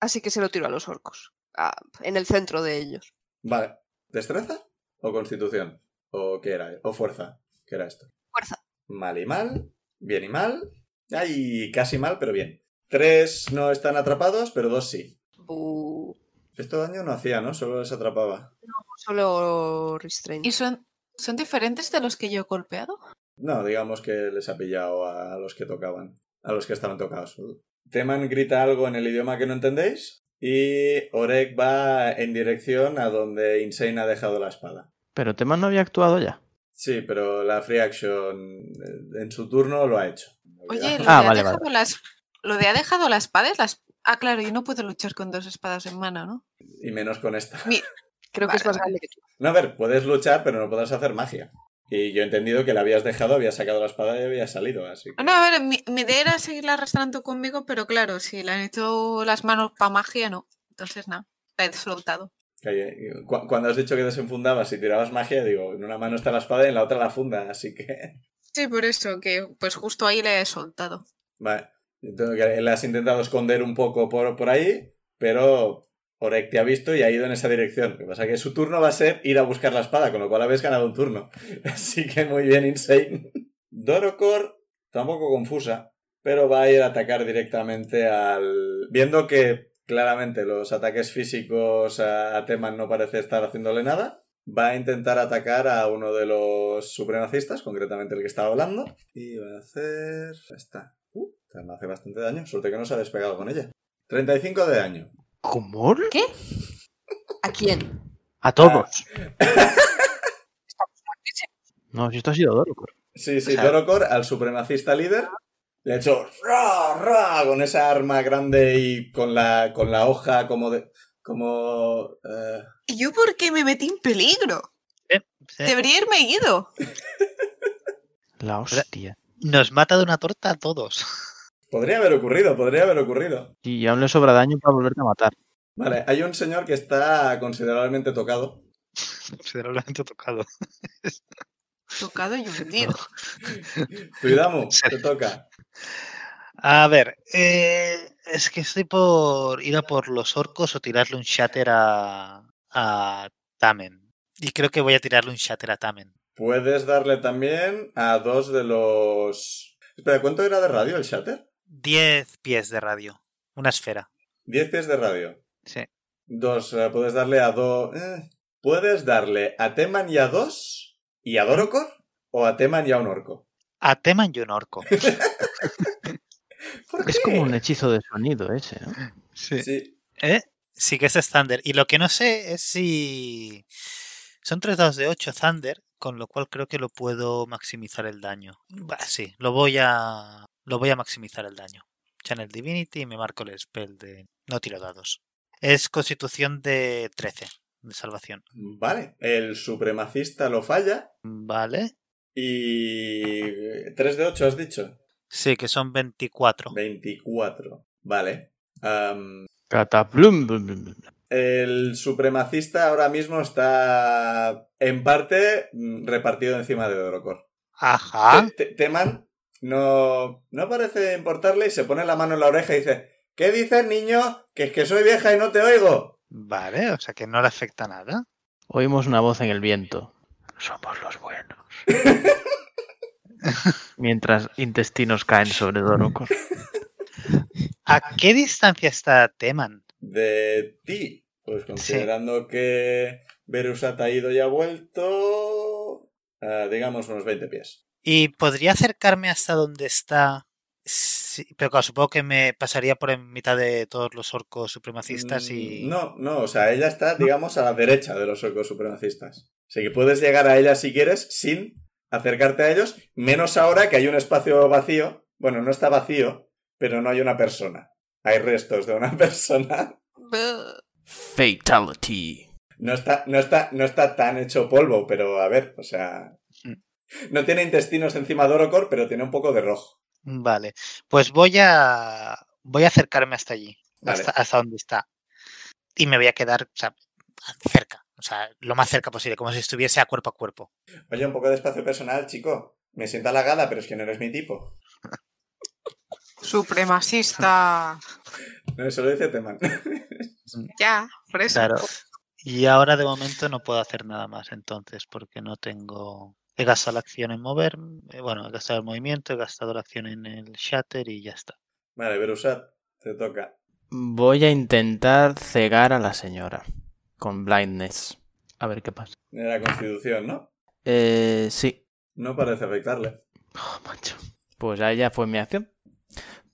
Así que se lo tiro a los orcos. a- en el centro de ellos. Vale. ¿Destreza? ¿O constitución? ¿O qué era? ¿O fuerza? ¿Qué era esto? Fuerza. Mal y mal. Bien y mal. Ay, casi mal, pero bien. Tres no están atrapados, pero dos sí. Bu- Esto daño no hacía, ¿no? Solo les atrapaba. Solo restraint. ¿Y son, son diferentes de los que yo he golpeado? No, digamos que les ha pillado a los que tocaban. A los que estaban tocados. Teman grita algo en el idioma que no entendéis. Y Orek va en dirección a donde Insane ha dejado la espada. Pero Teman no había actuado ya. Sí, pero la free action eh, en su turno lo ha hecho. Oye, lo, Ah, de vale, ha dejado las, lo de ha dejado la espada es las... Ah, claro, yo no puedo luchar con dos espadas en mano, ¿no? Y menos con esta. Creo que es más Vale, grande que tú. No, a ver, puedes luchar, pero no podrás hacer magia. Y yo he entendido que la habías dejado, habías sacado la espada y había salido, así que... Ah, No, a ver, mi, mi idea era seguirla arrastrando conmigo, pero claro, si le han hecho las manos para magia, no. Entonces, nada, la he soltado. Que, eh, cu- Cuando has dicho que desenfundabas y tirabas magia, digo, en una mano está la espada y en la otra la funda, así que... Sí, por eso, que pues justo ahí le he soltado. Vale. Entonces, que la has intentado esconder un poco por, por ahí, pero Orek te ha visto y ha ido en esa dirección. Lo que pasa es que su turno va a ser ir a buscar la espada, con lo cual habéis ganado un turno. Así que muy bien, Insane. Dorocor, tampoco confusa, pero va a ir a atacar directamente al... Viendo que claramente los ataques físicos a, a Teman no parece estar haciéndole nada, va a intentar atacar a uno de los supremacistas, concretamente el que estaba hablando, y va a hacer... ya está. Uh, me hace bastante daño, suerte que no se ha despegado con ella. 35 de daño. ¿Cómo? ¿A quién? A todos. No, si esto ha sido Dorocor. Sí, sí, O sea- Dorocor al supremacista líder. Le ha hecho ra, ra, con esa arma grande y con la, con la hoja como de. como. eh, ¿Y yo por qué me metí en peligro? Eh. Sí. Debería irme ido. La hostia. Nos mata de una torta a todos. podría haber ocurrido, podría haber ocurrido. Y aún le sobra daño para volverte a matar. Vale, hay un señor que está considerablemente tocado. Considerablemente tocado. Tocado y hundido. Cuidamo, Sí. te toca. A ver, eh, es que estoy por ir a por los orcos o tirarle un shatter a, a Tamen. Y creo que voy a tirarle un shatter a Tamen. Puedes darle también a dos de los. Espera, ¿cuánto era de radio el shatter? 10 pies de radio. Una esfera. 10 pies de radio. Sí. Dos, eh, puedes darle a dos. puedes darle a Teman y a dos y a Dorocor o a Teman y a un orco. A Teman y un orco. ¿Por Es qué? como un hechizo de sonido ese, ¿no? Sí. Sí. ¿Eh? Sí que es Thunder. Y lo que no sé es si... Son tres dados de 8 Thunder, con lo cual creo que lo puedo maximizar el daño. Bah, sí, lo voy a... Lo voy a maximizar el daño. Channel Divinity y me marco el spell de... No tiro dados. Es constitución de 13, de salvación. Vale, el supremacista lo falla Vale. y... 3 de 8 has dicho. Sí, que son 24. 24. Vale. Am, Cataplum. blum, blum, blum. el supremacista ahora mismo está en parte mm, repartido encima de Dorocor. Ajá. Te- te- Teman no, no parece importarle y se pone la mano en la oreja y dice, ¿qué dices, niño? Que es que soy vieja y no te oigo. Vale, o sea que no le afecta nada. Oímos una voz en el viento. Somos los buenos. Mientras intestinos caen sobre Dorocor. ¿A qué distancia está Teman? De ti. Pues considerando que Berusat ha ido y ha vuelto, ah, digamos unos 20 pies. Y podría acercarme hasta donde está. Sí, pero claro, supongo que me pasaría por en mitad de todos los orcos supremacistas y. Mm, No, no, o sea, ella está, digamos, a la derecha de los orcos supremacistas. Así que puedes llegar a ella si quieres sin acercarte a ellos, menos ahora que hay un espacio vacío. Bueno, no está vacío, pero no hay una persona. Hay restos de una persona. Buh. Fatality. No está, no está, no está tan hecho polvo, pero a ver, o sea. Mm. No tiene intestinos encima de Orocor, pero tiene un poco de rojo. Vale. Pues voy a. Voy a acercarme hasta allí. Vale. Hasta, hasta donde está. Y me voy a quedar, o sea, cerca. O sea, lo más cerca posible, como si estuviese a cuerpo a cuerpo. Oye, un poco de espacio personal, chico. Me siento halagada, pero es que no eres mi tipo. Supremacista. No, eso lo dice Teman. Ya, por eso. Claro. Y ahora de momento no puedo hacer nada más, entonces, porque no tengo. He gastado la acción en mover, eh, bueno, he gastado el movimiento, he gastado la acción en el shatter y ya está. Vale, Berusat, te toca. Voy a intentar cegar a la señora con blindness. A ver qué pasa. Era constitución, ¿no? Eh, sí, No parece afectarle. Oh, macho. pues ahí ya fue mi acción.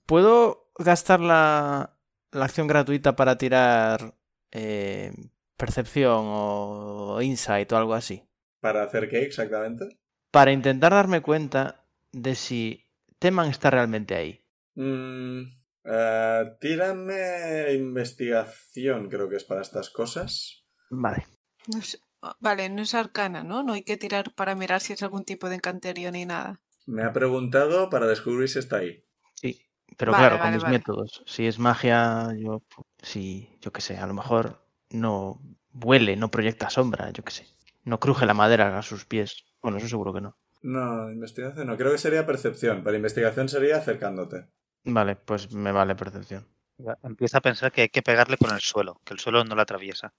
¿Puedo gastar la, la acción gratuita para tirar eh, percepción o insight o algo así? ¿Para hacer qué exactamente? Para intentar darme cuenta de si Teman está realmente ahí. Mm, eh, tírame investigación, creo que es para estas cosas. Vale. No es- vale, no es arcana, ¿no? No hay que tirar para mirar si es algún tipo de encanterio ni nada. Me ha preguntado para descubrir si está ahí. Sí. Pero Vale, claro, con vale, mis vale. métodos. Si es magia, yo. Si, yo qué sé, a lo mejor no huele, no proyecta sombra, yo qué sé. No cruje la madera a sus pies. Bueno, eso seguro que no. No, investigación no. Creo que sería percepción. Para investigación sería acercándote. Vale, pues me vale percepción. Ya Empieza a pensar que hay que pegarle con el suelo, que el suelo no lo atraviesa.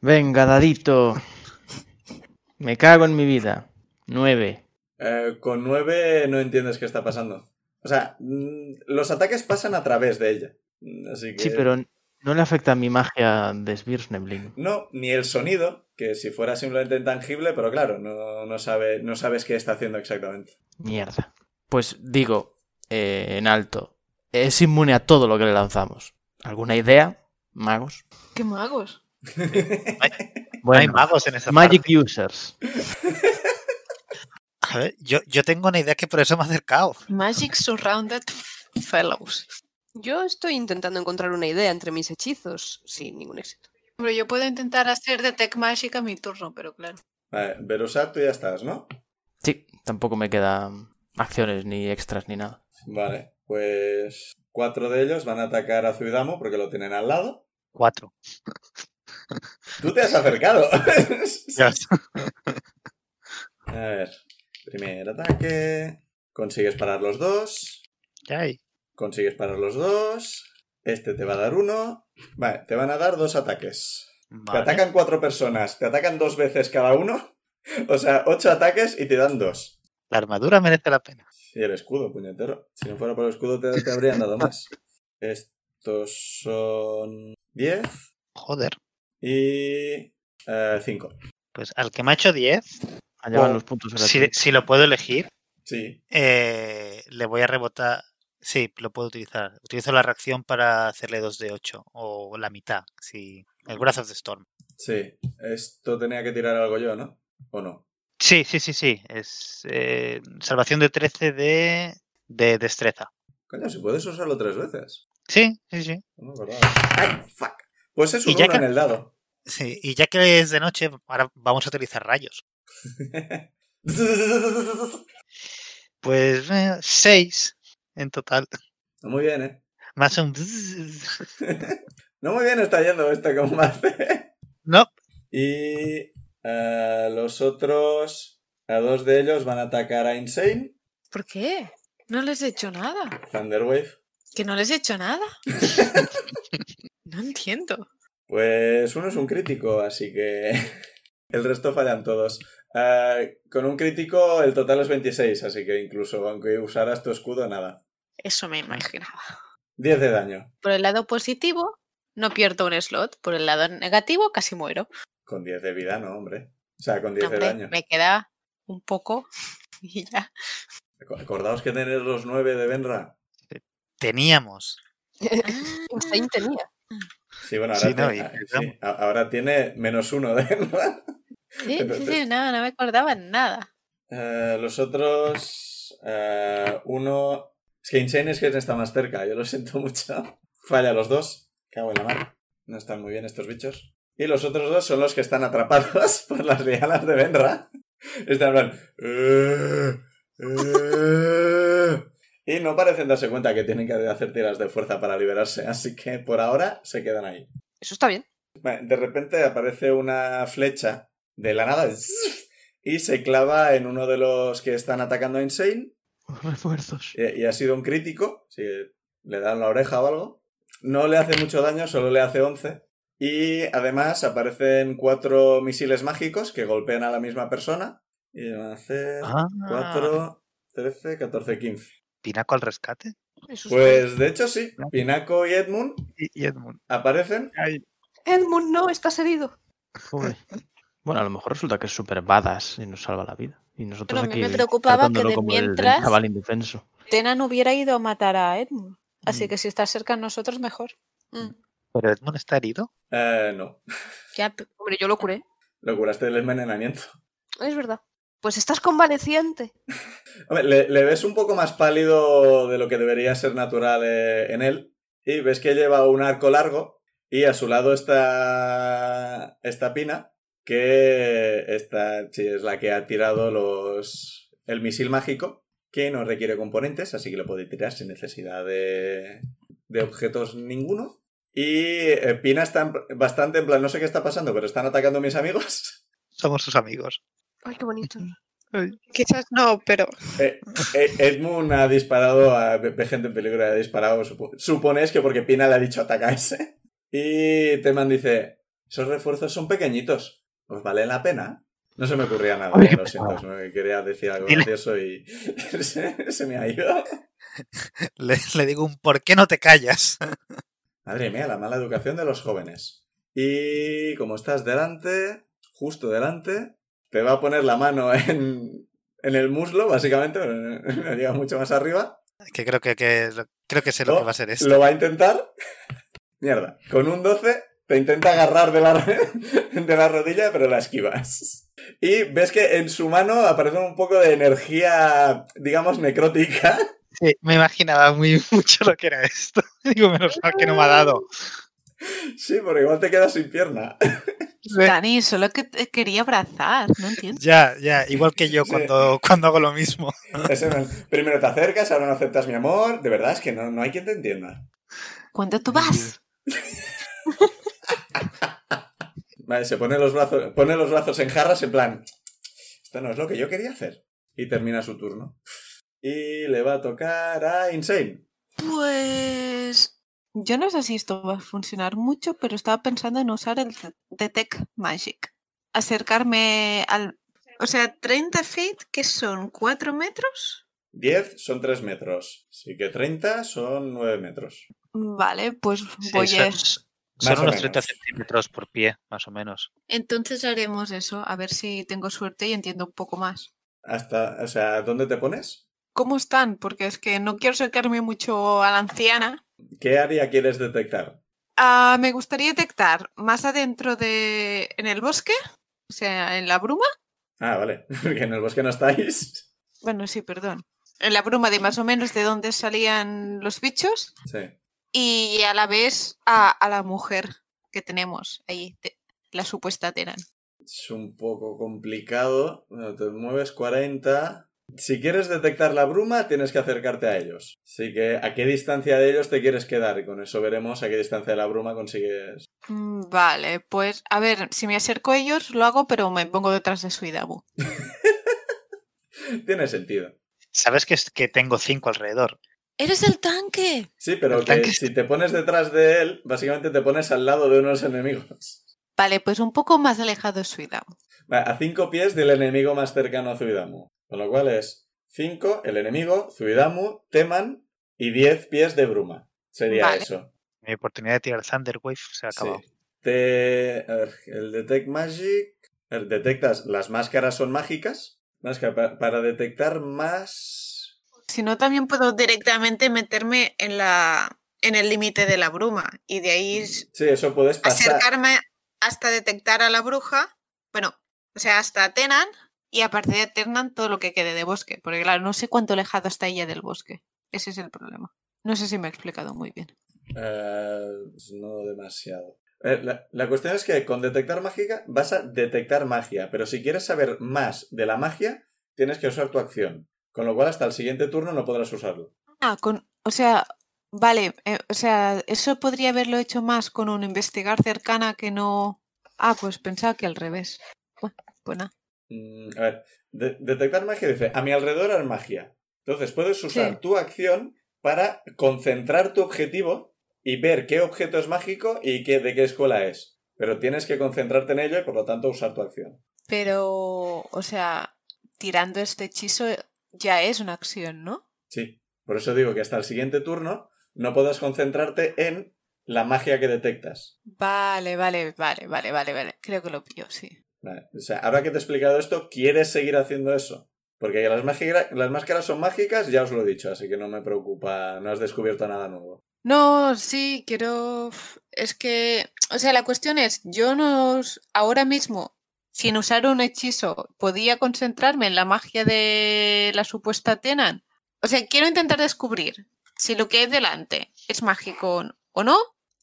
Venga, dadito. Me cago en mi vida. Nueve. Eh, con 9 no entiendes qué está pasando. O sea, mm, los ataques pasan a través de ella. Mm, Así que... Sí, pero no le afecta a mi magia de Svirneblin. No, ni el sonido, que si fuera simplemente intangible, pero claro, no, no, sabe, no sabes qué está haciendo exactamente. Mierda. Pues digo, eh, en alto, es inmune a todo lo que le lanzamos. ¿Alguna idea, magos? ¿Qué magos? no hay Bueno, magos en esa Magic parte. Users. A ver, yo, yo tengo una idea que por eso me ha acercado. Magic Surrounded Fellows. Yo estoy intentando encontrar una idea entre mis hechizos sin ningún éxito. Hombre, yo puedo intentar hacer de Tech Magic a mi turno, pero claro. Vale, Berusat, tú ya estás, ¿no? Sí, tampoco me quedan acciones ni extras ni nada. Vale, pues cuatro de ellos van a atacar a Zuidamo porque lo tienen al lado. Cuatro. Tú te has acercado. Ya está. a ver, primer ataque. Consigues parar los dos. Ya hay. Consigues parar los dos. Este te va a dar uno. Vale, te van a dar dos ataques. Vale. Te atacan cuatro personas, te atacan dos veces cada uno. O sea, ocho ataques y te dan dos. La armadura merece la pena. Y el escudo, puñetero. Si no fuera por el escudo, te, te habrían dado más. Estos son 10 Joder. y eh, 5. Pues al que me ha hecho 10, Allá van Oh, los puntos si, gratuitos. si lo puedo elegir, Sí. eh, le voy a rebotar. Sí, lo puedo utilizar. Utilizo la reacción para hacerle 2 de 8 o la mitad. Sí. El Breath of the Storm. Sí. Esto tenía que tirar algo yo, ¿no? ¿O no? Sí, sí, sí, sí. Es eh, salvación de 13 de, de destreza. Coño, si puedes usarlo tres veces. Sí, sí, sí. No, ¿verdad? ¡Ay, fuck! Pues es un Y ya uno en que- el dado. Sí, y ya que es de noche, ahora vamos a utilizar rayos. Pues eh, seis en total. No muy bien, ¿eh? Más un... No muy bien está yendo este combate. No, Y eh, los otros, a dos de ellos van a atacar a Insane, ¿Por qué? No les he hecho nada. Thunderwave. Que no les he hecho nada. no entiendo. Pues uno es un crítico, así que el resto fallan todos. Eh, con un crítico el total es 26, así que incluso aunque usaras tu escudo, nada. Eso me imaginaba. 10 de daño. Por el lado positivo, no pierdo un slot. Por el lado negativo, casi muero. Con 10 de vida, no, hombre. O sea, con 10 de Hombre, daño. me queda un poco y ya. Acu- Acordaos que tenéis los 9 de Benra. Teníamos. Insane tenía. Sí, bueno, ahora, Sí, no, tiene, y- ah, sí, a- ahora tiene menos uno de Benra. Sí, sí, sí, Entonces- no, no me acordaba nada. Eh, los otros. eh, uno. Es que Insane es que está más cerca, yo lo siento mucho. Falla los dos. Cago en la mar. No están muy bien estos bichos. Y los otros dos son los que están atrapados por las rialas de Benra. Están hablando. eh". Y no parecen darse cuenta que tienen que hacer tiras de fuerza para liberarse, así que por ahora se quedan ahí. Eso está bien. Vale, De repente aparece una flecha de la nada ¡zzzz! y se clava en uno de los que están atacando a Insane eh, Refuerzos. y y ha sido un crítico, si le dan la oreja o algo. No le hace mucho daño, solo le hace 11. Y además aparecen cuatro misiles mágicos que golpean a la misma persona y van a hacer Ah. 4, 13, 14, 15. Pinaco al rescate. Eso está bien. Pues de hecho sí, Pinaco y Edmund Y, y Edmund. aparecen. Edmund, no, estás herido. Pobre. Bueno, a lo mejor resulta que es súper badass y nos salva la vida. Y nosotros Pero a mí aquí me preocupaba que de tratándolo como el- el mientras- chaval indefenso. Tenan hubiera ido a matar a Edmund. Así Mm. que si está cerca de nosotros, mejor. Mm. Pero Edmund está herido. Eh, no, Ya, p- Hombre, yo lo curé. lo curaste del envenenamiento. Es verdad. Pues estás convaleciente. Hombre, le, le ves un poco más pálido de lo que debería ser natural eh, en él. Y ves que lleva un arco largo. Y a su lado está. Esta pina. Que esta sí, es la que ha tirado los. El misil mágico. Que no requiere componentes. Así que lo puede tirar sin necesidad de. De objetos ninguno. Y eh, Pina está en- bastante en plan. No sé qué está pasando, pero están atacando a mis amigos. Somos sus amigos. Ay, qué bonito. Quizás no, pero Eh, eh, Edmund ha disparado a ve- ve gente en peligro, ha disparado. supo- Supones que porque Pina le ha dicho atacarse. Y Teman dice: Esos refuerzos son pequeñitos. ¿Os vale la pena? No se me ocurría nada, eh, Ay, qué lo siento. pesada. se me Quería decir algo Dile. gracioso y se, se me ha ido. Le, le digo un ¿por qué no te callas? Madre mía, la mala educación de los jóvenes. Y como estás delante, justo delante, te va a poner la mano en, en el muslo, básicamente, pero no- no llega mucho más arriba. Que creo que, que es lo- creo que sé lo Oh, que va a ser esto. Lo va a intentar. Mierda. Con un 12 te intenta agarrar de la, de la rodilla, pero la esquivas. Y ves que en su mano aparece un poco de energía, digamos, necrótica. Sí, me imaginaba muy mucho lo que era esto. Digo, menos mal que no me ha dado. Sí, porque igual te quedas sin pierna. Dani, solo que te quería abrazar. No entiendo. Ya, ya, igual que yo Sí. cuando, cuando hago lo mismo. Ese man- Primero te acercas, ahora no aceptas mi amor. De verdad es que no, no hay quien te entienda. ¿Cuándo tú vas? Vale, se pone los brazos, pone los brazos en jarras en plan. Esto no es lo que yo quería hacer. Y termina su turno. Y le va a tocar a Insane. Pues. Yo no sé si esto va a funcionar mucho, pero estaba pensando en usar el de- Detect Magic. Acercarme al. O sea, 30 feet, que son 4 metros. 10 son 3 metros. Así que 30 son 9 metros. Vale, pues Sí, voy son- a. son o unos menos. 30 centímetros por pie, más o menos. Entonces haremos eso, a ver si tengo suerte y entiendo un poco más. Hasta, o sea, ¿dónde te pones? ¿Cómo están? Porque es que no quiero acercarme mucho a la anciana. ¿Qué área quieres detectar? Ah, me gustaría detectar más adentro de. en el bosque, o sea, en la bruma. Ah, vale. Porque en el bosque no estáis. Bueno, sí, perdón. En la bruma de más o menos de dónde salían los bichos. Sí. y a la vez a, a la mujer que tenemos ahí, te- la supuesta Teran. Es un poco complicado. Bueno, te mueves 40. Si quieres detectar la bruma, tienes que acercarte a ellos. Así que, ¿a qué distancia de ellos te quieres quedar? Y con eso veremos a qué distancia de la bruma consigues. Mm, Vale, pues a ver, si me acerco a ellos lo hago, pero me pongo detrás de Suidabu. Tiene sentido. Sabes que, es- que tengo cinco alrededor. ¡Eres el tanque! Sí, pero El que tanque- si te pones detrás de él, básicamente te pones al lado de unos enemigos. Vale, pues un poco más alejado de Suidabu. Va, A 5 pies del enemigo más cercano a Zuidamu. Con lo cual es 5, el enemigo, Zuidamu, Teman y 10 pies de bruma. Sería Vale. eso. Mi oportunidad de tirar Thunder Wave se ha acabado. Sí. Te- a ver, el Detect Magic. a ver, Detectas, las máscaras son mágicas. Máscara pa- para detectar más. Si no, también puedo directamente meterme en la en el límite de la bruma y de Mm, ahí s- Sí, eso puedes pasar. acercarme hasta detectar a la bruja, bueno, o sea, hasta Tenan y a partir de Tenan todo lo que quede de bosque, porque claro, no sé cuánto alejado está ella del bosque. Ese es el problema. No sé si me he explicado muy bien. Eh, no demasiado. Eh, la, la cuestión es que con detectar mágica vas a detectar magia, pero si quieres saber más de la magia, tienes que usar tu acción. Con lo cual hasta el siguiente turno no podrás usarlo. Ah, con, o sea, vale, eh, o sea, eso podría haberlo hecho más con un investigar cercana que no. Ah, pues pensaba que al revés. Bueno, pues nada. Mm, a ver, de- detectar magia dice, a mi alrededor hay magia. Entonces puedes usar tu acción para concentrar tu objetivo y ver qué objeto es mágico y qué, de qué escuela es. Pero tienes que concentrarte en ello y por lo tanto usar tu acción. Pero, o sea, tirando este hechizo ya es una acción, ¿no? Sí, por eso digo que hasta el siguiente turno no podrás concentrarte en la magia que detectas. Vale, vale, vale, vale, vale, vale. Creo que lo pillo, sí. Vale, O sea, ahora que te he explicado esto, ¿quieres seguir haciendo eso? Porque las, mágica- las máscaras son mágicas, ya os lo he dicho, así que no me preocupa, no has descubierto nada nuevo. No, sí, quiero. f- Es que, o sea, la cuestión es, yo no. s- Ahora mismo, sin usar un hechizo, podía concentrarme en la magia de la supuesta Tenan. O sea, quiero intentar descubrir si lo que hay delante es mágico o n- o no,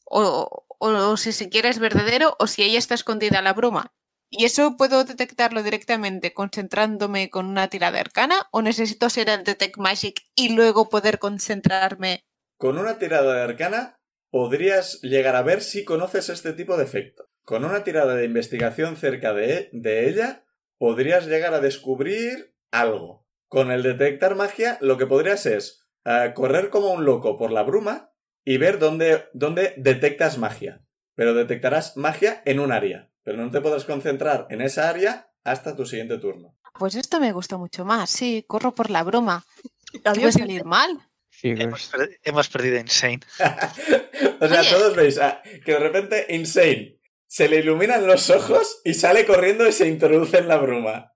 o, o- o si siquiera es verdadero, o si ella está escondida la bruma. ¿Y eso puedo detectarlo directamente concentrándome con una tirada arcana? ¿O necesito ser el Detect Magic y luego poder concentrarme Con una tirada de arcana podrías llegar a ver si conoces este tipo de efecto. Con una tirada de investigación cerca de, de ella, podrías llegar a descubrir algo. Con el detectar magia, lo que podrías es eh, correr como un loco por la bruma y ver dónde, dónde detectas magia. Pero detectarás magia en un área. Pero no te podrás concentrar en esa área hasta tu siguiente turno. Pues esto me gusta mucho más, sí, corro por la broma. ¿Qué puede Adiós, salir mal? Hemos, pues. Chicos, per- hemos perdido Insane. o sea, Oye. todos veis ah, que de repente Insane se le iluminan los ojos y sale corriendo y se introduce en la bruma.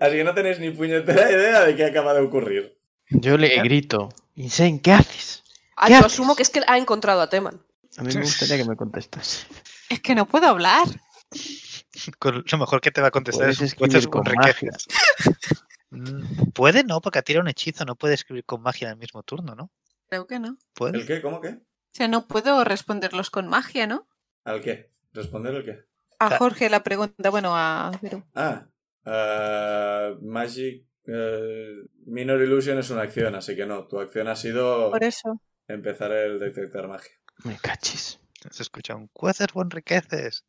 Así que no tenéis ni puñetera idea de qué acaba de ocurrir. yo le grito, Insane, ¿qué haces? Ah, ¿Qué yo haces? asumo que es que ha encontrado a Teman. A mí me gustaría que me contestas. Es que no puedo hablar. Con- lo mejor que te va a contestar Puedes es un escribir cuento con con magia. riquezas. Mm, Puede no, porque tira un hechizo, no puede escribir con magia en el mismo turno, ¿no? Creo que no. Puede. ¿El qué? ¿Cómo qué? O sea, no puedo responderlos con magia, ¿no? ¿Al qué? ¿Responder el qué? A Claro. Jorge la pregunta, bueno, a Perú. Ah, eh, Magic... eh, Minor Illusion es una acción, así que no. Tu acción ha sido Por eso. empezar el detectar magia. Me cachis. Se escucha un cueces con riquezas.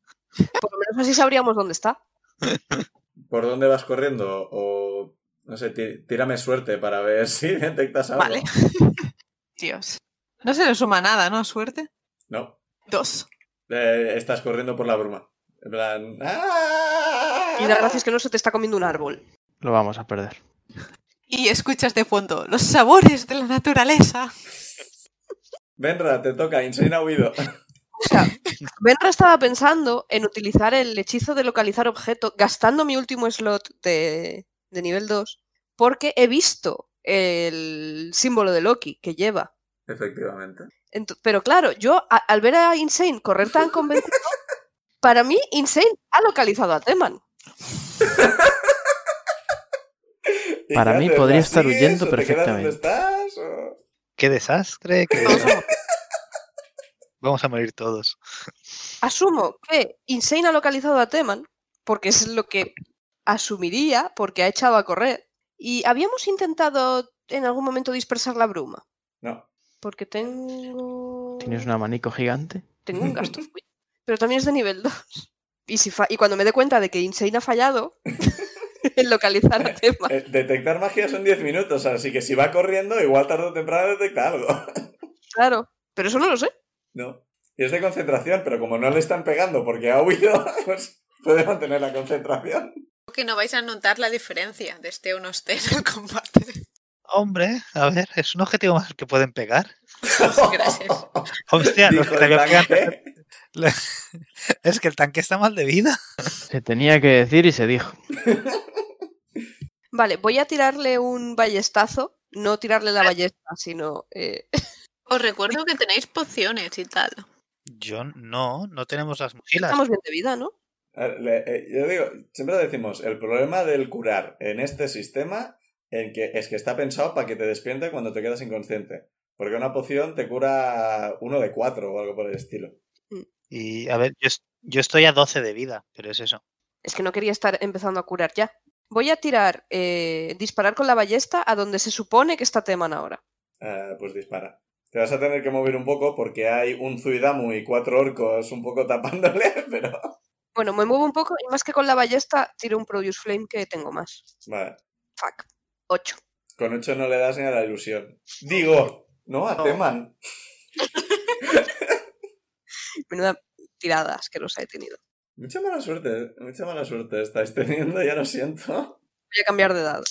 Por lo menos así sabríamos dónde está. ¿Por dónde vas corriendo? O... No sé, tí- tírame suerte para ver si detectas algo. Vale. Dios. No se le suma nada, ¿no? Suerte. No, Dos. Eh, estás corriendo por la bruma. En plan. ¡ah! Y la gracia es que no se te está comiendo un árbol. Lo vamos a perder. Y escuchas de fondo los sabores de la naturaleza. Benra, te toca, Insane ha huido. O sea, Benra estaba pensando en utilizar el hechizo de localizar objeto gastando mi último slot de, de nivel 2 porque he visto el símbolo de Loki que lleva. Efectivamente. Ento- pero claro, yo a- al ver a Insane correr tan convencido, para mí Insane ha localizado a Teman. ¿Y Para qué mí haces? podría ¿La estar sigues huyendo o te quedas donde perfectamente. estás? O- ¡Qué desastre! qué Vamos desastre. a- Vamos a morir todos. Asumo que Insane ha localizado a Teman, porque es lo que asumiría, porque ha echado a correr. Y habíamos intentado en algún momento dispersar la bruma, No. porque tengo. ¿Tienes un abanico gigante? Tengo un gasto. fui. Pero también es de nivel 2. Y, si fa- y cuando me dé cuenta de que Insane ha fallado en localizar a Teman. Eh, detectar magia son 10 minutos, así que si va corriendo, igual tarde o temprano detecta algo. Claro, pero eso no lo sé. No. Y es de concentración, pero como no le están pegando porque ha huido, pues puede mantener la concentración. Creo que no vais a notar la diferencia de este o no esté en el combate. Hombre, a ver, es un objetivo más que pueden pegar. Pues Gracias. Hostia, los Dijo que te el pegan- tanque. Es que el tanque está mal de vida. Se tenía que decir y se dijo. Vale, voy a tirarle un ballestazo. No tirarle la ballesta, sino. eh, Os recuerdo que tenéis pociones y tal. John, no, no tenemos las mochilas. Estamos bien de vida, ¿no? A ver, le- eh, Yo digo, siempre decimos, el problema del curar en este sistema en que, es que está pensado para que te despierte cuando te quedas inconsciente. Porque una poción te cura uno de cuatro o algo por el estilo. Y a ver, yo, es- yo estoy a 12 de vida, pero es eso. Es que no quería estar empezando a curar ya. Voy a tirar, eh, disparar con la ballesta a donde se supone que está Teman ahora. Ah, pues dispara. Te vas a tener que mover un poco porque hay un Zuidamu y cuatro orcos un poco tapándole, pero... Bueno, me muevo un poco y más que con la ballesta tiro un Produce Flame que tengo más. Vale. Fuck. 8. Con ocho no le das ni a la ilusión. Digo, no a Teman. Menuda tiradas que los he tenido. Mucha mala suerte, mucha mala suerte estáis teniendo, ya lo siento. Voy a cambiar de dado.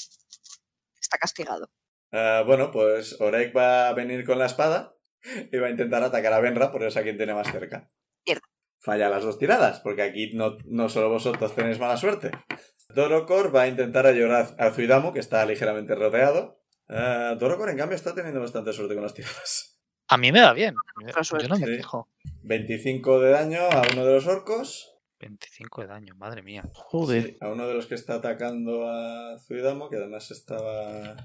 Está castigado. Ah, bueno, pues Orek va a venir con la espada y va a intentar atacar a Benra, porque es a quien tiene más cerca. Mierda. Falla las dos tiradas, porque aquí no, no solo vosotros tenéis mala suerte. Dorokor va a intentar ayudar a Zuidamu, que está ligeramente rodeado. Ah, Dorokor, en cambio, está teniendo bastante suerte con las tiradas. A mí me va bien. yo- Otra Yo no me suerte. quejo. 25 de daño a uno de los orcos. 25 de daño, madre mía. Joder. Sí, a uno de los que está atacando a Zuidamo, que además estaba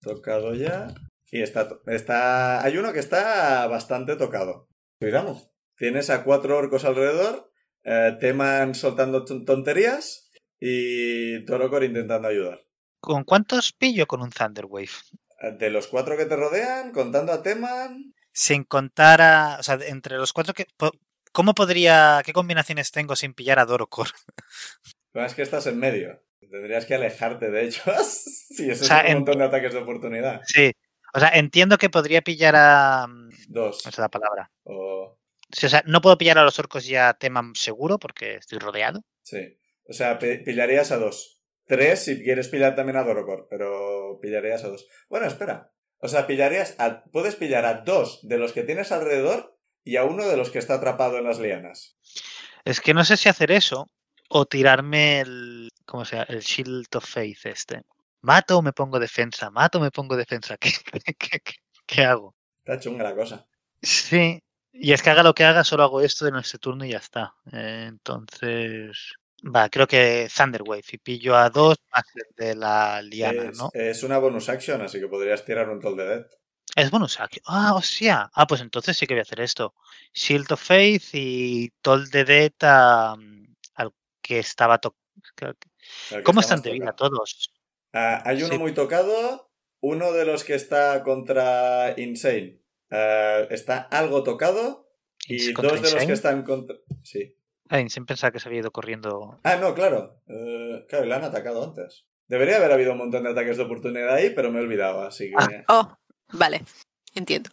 tocado ya. Y está, to- está. Hay uno que está bastante tocado. Zuidamo. Tienes a cuatro orcos alrededor, eh, Teman soltando ton- tonterías y Torokor intentando ayudar. ¿Con cuántos pillo con un Thunder Wave? Eh, De los cuatro que te rodean, contando a Teman. Sin contar a. O sea, de- entre los cuatro que. po- ¿Cómo podría. ¿Qué combinaciones tengo sin pillar a Dorocor? Lo que es que estás en medio. Tendrías que alejarte de ellos. sí, eso O sea, es un en- montón de ataques de oportunidad. Sí. O sea, entiendo que podría pillar a. mm, No Dos. sé la palabra. O... Sí, o sea, no puedo pillar a los orcos ya tema seguro porque estoy rodeado. Sí. O sea, pi- pillarías a dos. Tres si quieres pillar también a Dorocor, pero pillarías a dos. Bueno, espera. O sea, pillarías a... Puedes pillar a dos de los que tienes alrededor y a uno de los que está atrapado en las lianas. Es que no sé si hacer eso o tirarme el. ¿Cómo sea? El Shield of Faith este. ¿Mato o me pongo defensa? ¿Mato o me pongo defensa? ¿Qué, qué- qué- qué- qué hago? Está chunga la cosa. Sí. Y es que haga lo que haga, solo hago esto en este turno y ya está. Eh, Entonces. Va, creo que Thunder Wave. Y pillo a dos más el de la liana, es, ¿no? es una bonus action, así que podrías tirar un Toll de Dead. Es bonus action. Ah, hostia. Ah, pues entonces sí que voy a hacer esto. Shield of Faith y Toll de Death a- al que estaba to- creo que- ¿Cómo están de vida todos? Ah, hay uno Sí. muy tocado, uno de los que está contra Insane. ah, está algo tocado y Ins- dos contra de los que Insane. están contra... Sí. Ay, sin pensar que se había ido corriendo. Ah, no, claro. Eh, claro, le han atacado antes. Debería haber habido un montón de ataques de oportunidad ahí, pero me he olvidado, así que... Oh, vale. Entiendo.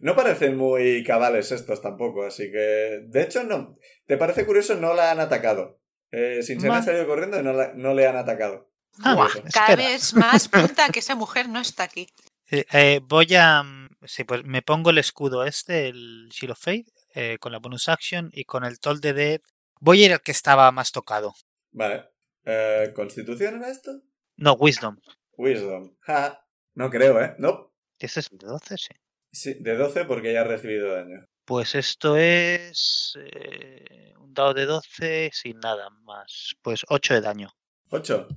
No parecen muy cabales estos tampoco, así que... De hecho, no. ¿Te parece curioso? No la han atacado. Eh, sin ser Vale. ha salido corriendo, no, la- no le han atacado. Ah, Guau, Cada espera. vez más puta que esa mujer no está aquí. Sí, eh, voy a. mm, Sí, pues me pongo el escudo este, el Shield of Fate, eh, con la bonus action y con el Toll de Dead. Voy a ir al que estaba más tocado. Vale. Eh, ¿Constitución era esto? No, Wisdom. Wisdom. Ja. No creo, ¿eh? No. ¿Este es el de 12? Sí. Sí, de 12 porque ya ha recibido daño. Pues esto es. eh, un dado de 12 sin nada más. Pues 8 de daño. 8.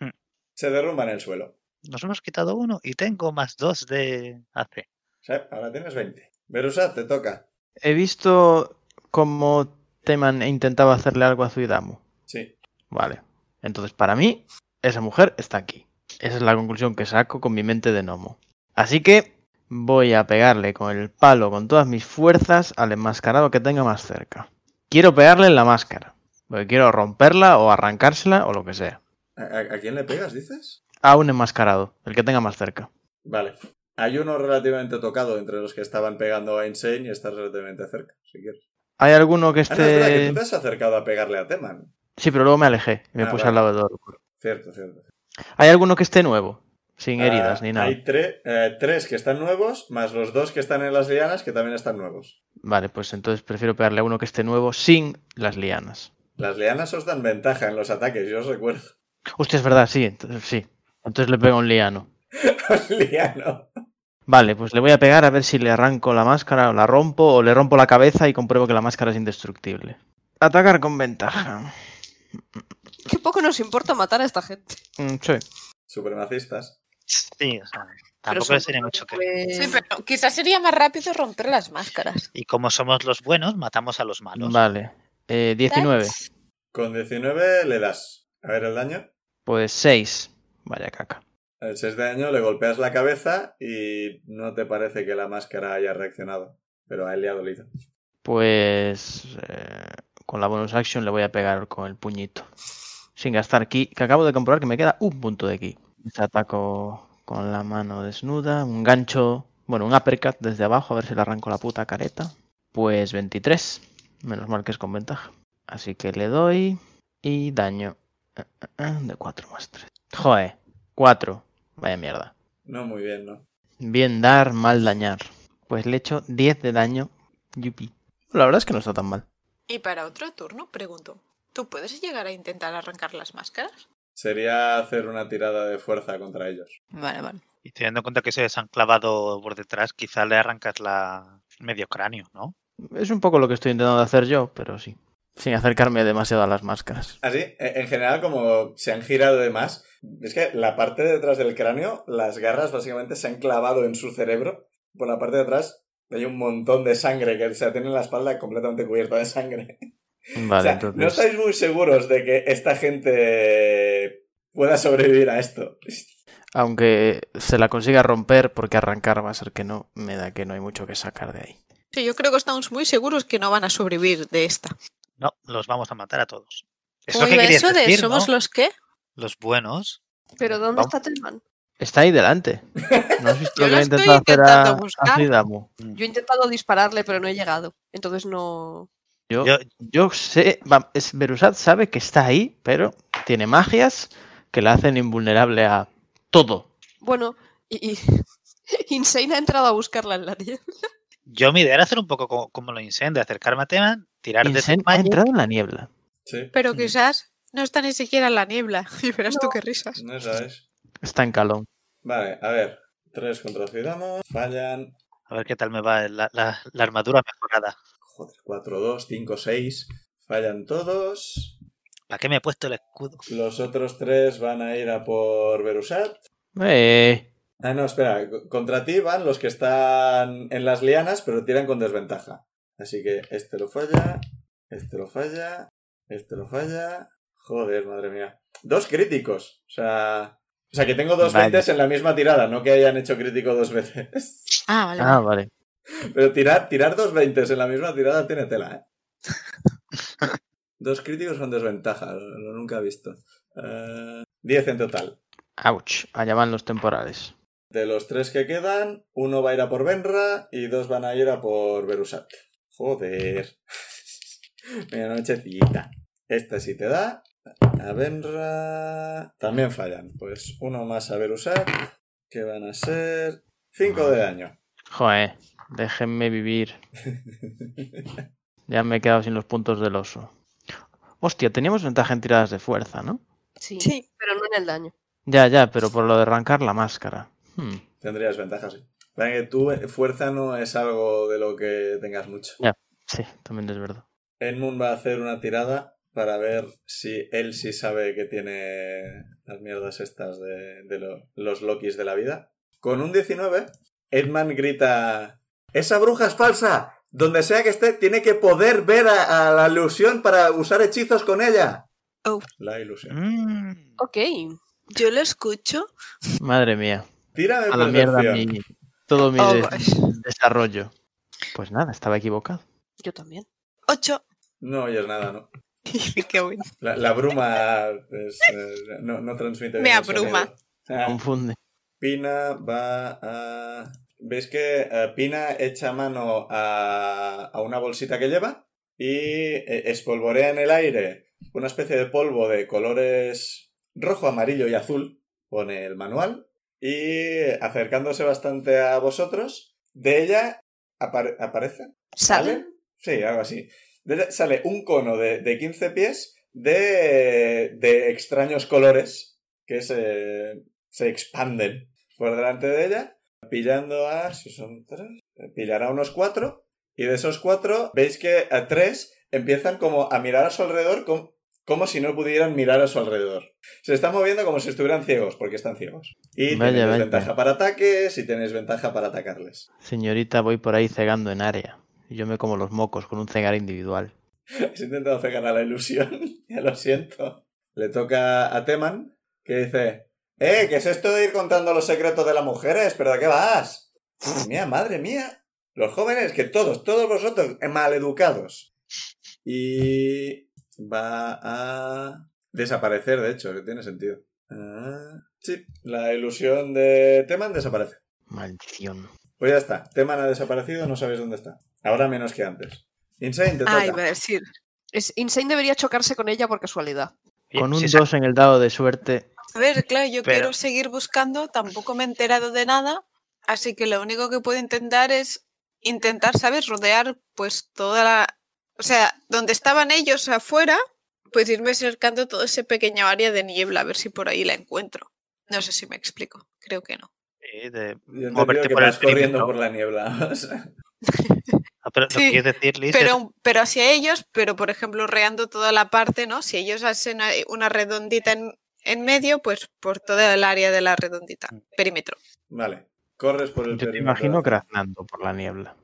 Hmm. Se derrumba en el suelo. Nos hemos quitado uno y tengo más 2 de AC. O sea, ahora tienes 20. Verusat, te toca. He visto cómo Teman intentaba hacerle algo a Zuidamu. Sí. Vale. Entonces, para mí, esa mujer está aquí. Esa es la conclusión que saco con mi mente de gnomo. Así que voy a pegarle con el palo, con todas mis fuerzas, al enmascarado que tenga más cerca. Quiero pegarle en la máscara. Porque quiero romperla o arrancársela o lo que sea. ¿A, a- a quién le pegas, dices? A un enmascarado, el que tenga más cerca. Vale. Hay uno relativamente tocado entre los que estaban pegando a Insane y estás relativamente cerca, si quieres. ¿Hay alguno que Ah, no, espera, que tú esté...? te has acercado a pegarle a Teman. Sí, pero luego me alejé y me Ah, puse vale. al lado del otro. Cierto, cierto. ¿Hay alguno que esté nuevo? Sin heridas Ah, ni nada. Hay tre- eh, tres que están nuevos, más los dos que están en las lianas que también están nuevos. Vale, pues entonces prefiero pegarle a uno que esté nuevo sin las lianas. Las lianas os dan ventaja en los ataques, yo os recuerdo. Hostia, es verdad, sí, entonces sí. Entonces le pego a un liano. Os liano. Vale, pues le voy a pegar a ver si le arranco la máscara o la rompo o le rompo la cabeza y compruebo que la máscara es indestructible. Atacar con ventaja. Qué poco nos importa matar a esta gente. Mm, Sí. Supremacistas. Sí, o sea, Pero tampoco son sería mucho que... Pues, Sí, pero quizás sería más rápido romper las máscaras. Y como somos los buenos, matamos a los malos. Vale. Eh, 19. That's- Con 19 le das. A ver el daño. Pues 6. Vaya caca. El 6 de daño le golpeas la cabeza y no te parece que la máscara haya reaccionado. Pero a él le ha dolido. Pues eh, con la bonus action le voy a pegar con el puñito. Sin gastar ki, que acabo de comprobar que me queda un punto de ki. Te ataco con la mano desnuda, un gancho, bueno, un uppercut desde abajo, a ver si le arranco la puta careta. Pues 23, menos mal que es con ventaja. Así que le doy y daño eh, eh, eh, de 4 más 3. Joder, 4. Vaya mierda. No muy bien, ¿no? Bien dar, mal dañar. Pues le echo 10 de daño. Yupi. La verdad es que no está tan mal. Y para otro turno, pregunto, ¿tú puedes llegar a intentar arrancar las máscaras? Sería hacer una tirada de fuerza contra ellos. Vale, vale. Y teniendo en cuenta que se han clavado por detrás, quizá le arrancas la medio cráneo, ¿no? Es un poco lo que estoy intentando hacer yo, pero sí. Sin acercarme demasiado a las máscaras. Así, e- en general, como se han girado de más, es que la parte de detrás del cráneo, las garras básicamente se han clavado en su cerebro. Por la parte de atrás hay un montón de sangre que se tiene en la espalda completamente cubierta de sangre. Vale, O sea, entonces. no estáis muy seguros de que esta gente pueda sobrevivir a esto. Aunque se la consiga romper, porque arrancar va a ser que no, me da que no hay mucho que sacar de ahí. Sí, yo creo que estamos muy seguros que no van a sobrevivir de esta. No, los vamos a matar a todos. Es ¿Cómo lo que iba querías eso de decir, somos ¿no? los qué? Los buenos. Pero ¿dónde está Telman? Está ahí delante. No has visto Yo lo lo que le he estoy intentado hacer a, intentando buscar. a Zidamu. Yo he intentado dispararle, pero no he llegado. Entonces no. Yo, Yo- yo sé. va, es- Berusat sabe que está ahí, pero tiene magias que la hacen invulnerable a todo. Bueno, y. y- Insane ha entrado a buscarla en la nieve. Yo mi idea era hacer un poco como, como lo incendio, acercarme a Teman, tirar de Insane ha Teman. entrado en la niebla. Sí, Pero Mm. quizás no está ni siquiera en la niebla. Y verás tú qué risas. no sabes. Está en calón. Vale, a ver. Tres contra Ciudadano. Fallan. A ver qué tal me va la, la- la armadura mejorada. Joder, cuatro, dos, cinco, seis. Fallan todos. ¿Para qué me he puesto el escudo? Los otros tres van a ir a por Berusat. Eh, Ah, no, espera. co- Contra ti van los que están en las lianas, pero tiran con desventaja. Así que este lo falla. Este lo falla. Este lo falla. Joder, madre mía. Dos críticos. O sea. O sea, que tengo dos Vaya. veces en la misma tirada, no que hayan hecho crítico dos veces. Ah, vale. ah, vale. Pero tirar, tirar dos veintes en la misma tirada tiene tela, ¿eh? Dos críticos con desventaja, lo, lo nunca he visto. Eh, diez en total. Ouch. Allá van los temporales. De los tres que quedan, uno va a ir a por Benra y dos van a ir a por Berusat. Joder. Media nochecita. Esta sí te da. A Benra. También fallan. Pues uno más a Berusat. Que van a ser. Cinco de daño. Joder, déjenme vivir. Ya me he quedado sin los puntos del oso. Hostia, teníamos ventaja en tiradas de fuerza, ¿no? Sí, Sí. pero no en el daño. Ya, ya, pero por lo de arrancar la máscara. Hmm, Tendrías ventajas, sí. Para que tu fuerza no es algo de lo que tengas mucho. sí, también es verdad. Edmund va a hacer una tirada para ver si él sí sabe que tiene las mierdas estas de, de lo- los Lokis de la vida. Con un 19, Edmund grita: ¡Esa bruja es falsa! Donde sea que esté, tiene que poder ver a, a la ilusión para usar hechizos con ella. Oh. La ilusión. Mm. Ok. Yo lo escucho. Madre mía. Tírame A la percepción. mierda mi- todo mi Oh, de- gosh. desarrollo. Pues nada, estaba equivocado. Yo también. Ocho. No oyes nada, ¿no? Qué bueno. La, la bruma es, eh, no, no transmite. Me bien el abruma. sonido. Ah, Confunde. Pina va a. ¿Veis que eh, Pina echa mano a, a una bolsita que lleva? Y eh, espolvorea en el aire una especie de polvo de colores rojo, amarillo y azul. Pone el manual. Y acercándose bastante a vosotros, de ella apare- aparece. ¿Sale? Sí, algo así. De ella sale un cono de, de 15 pies de, de extraños colores que se, se expanden por delante de ella, pillando a... si son tres... eh, Pillará unos cuatro y de esos cuatro veis que a tres empiezan como a mirar a su alrededor como, como si no pudieran mirar a su alrededor. Se están moviendo como si estuvieran ciegos, porque están ciegos. Y Vaya, tenéis vaya. ventaja para ataques y tenéis ventaja para atacarles. Señorita, voy por ahí cegando en área. Y Yo me como los mocos con un cegar individual. Has intentado cegar a la ilusión. ya lo siento. Le toca a Teman, que dice: ¡Eh! ¿Qué es esto de ir contando los secretos de las mujeres? ¿Pero de qué vas? Madre mía, madre mía. Los jóvenes, que todos, todos vosotros, eh, maleducados. Y va a desaparecer, de hecho, que tiene sentido. Ah, sí, la ilusión de Teman desaparece. Maldición. Pues ya está, Teman ha desaparecido, no sabéis dónde está. Ahora menos que antes. Insane, te toca. Ay, iba a decir. Es, Insane debería chocarse con ella por casualidad. Con un pues Sí, 2 en el dado de suerte. A ver, claro, yo Pero- quiero seguir buscando, tampoco me he enterado de nada, así que lo único que puedo intentar es intentar, ¿sabes? Rodear pues toda la... O sea, donde estaban ellos afuera, Pues irme acercando todo ese pequeño área de niebla a ver si por ahí la encuentro. no sé si me explico, creo que no. Sí, de Yo he entendido moverte que por el vas corriendo perímetro. por la niebla. o sea. Ah, pero lo Sí, que quieres decir, Liz, es- Pero, pero hacia ellos, pero por ejemplo, rodeando toda la parte, ¿no? Si ellos hacen ahí una redondita en, en medio, pues por toda el área de la redondita, perímetro. vale. Corres por el Yo te perímetro. imagino graznando por la niebla.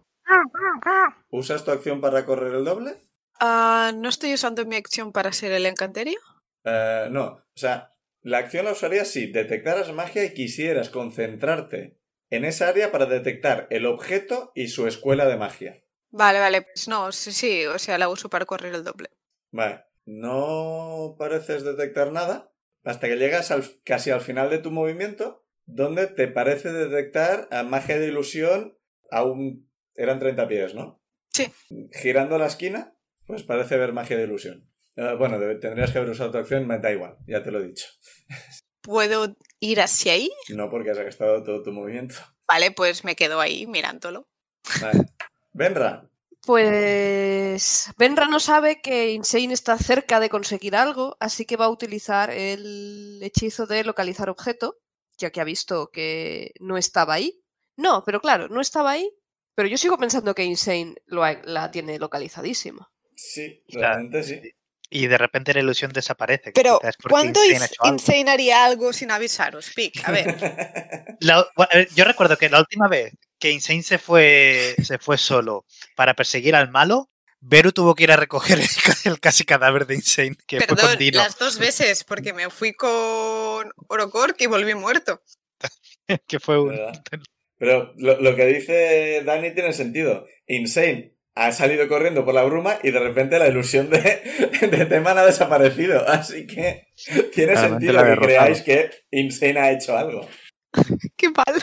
¿Usas tu acción para correr el doble? Ah, no estoy usando mi acción para hacer el encanterio. Eh, no. O sea, la acción la usarías si detectaras magia y quisieras concentrarte en esa área para detectar el objeto y su escuela de magia. Vale, vale, pues no, sí, sí, o sea, la uso para correr el doble. Vale. No pareces detectar nada hasta que llegas al- casi al final de tu movimiento, donde te parece detectar a magia de ilusión a un... Eran 30 pies, ¿no? Sí. girando la esquina, pues parece ver magia de ilusión. Eh, bueno, debe- tendrías que haber usado tu acción, me da igual, ya te lo he dicho. ¿Puedo ir hacia ahí? No porque has gastado todo tu movimiento. Vale, pues me quedo ahí mirándolo. Vale. Benra, Pues Benra no sabe que Insane está cerca de conseguir algo, así que va a utilizar el hechizo de localizar objeto, ya que ha visto que no estaba ahí. No, pero claro, no estaba ahí, pero yo sigo pensando que Insane lo ha- la tiene localizadísima. sí, Claro. realmente sí. y de repente la ilusión desaparece. Pero, quizás porque ¿cuándo Insane ha hecho algo. Insane haría algo sin avisaros, Pic? A ver, La- bueno, a ver, yo recuerdo que la última vez que Insane se fue, se fue solo para perseguir al malo, Beru tuvo que ir a recoger el, ca- el casi cadáver de Insane, que fue perdón, con Dino. las dos veces, porque me fui con Orocork y volví muerto. Que fue un- ¿Verdad? Pero lo, lo que dice Dani tiene sentido. Insane ha salido corriendo por la bruma y de repente la ilusión de, de Teman ha desaparecido. Así que tiene Claramente sentido la que derrotaron. creáis que Insane ha hecho algo. Qué mal.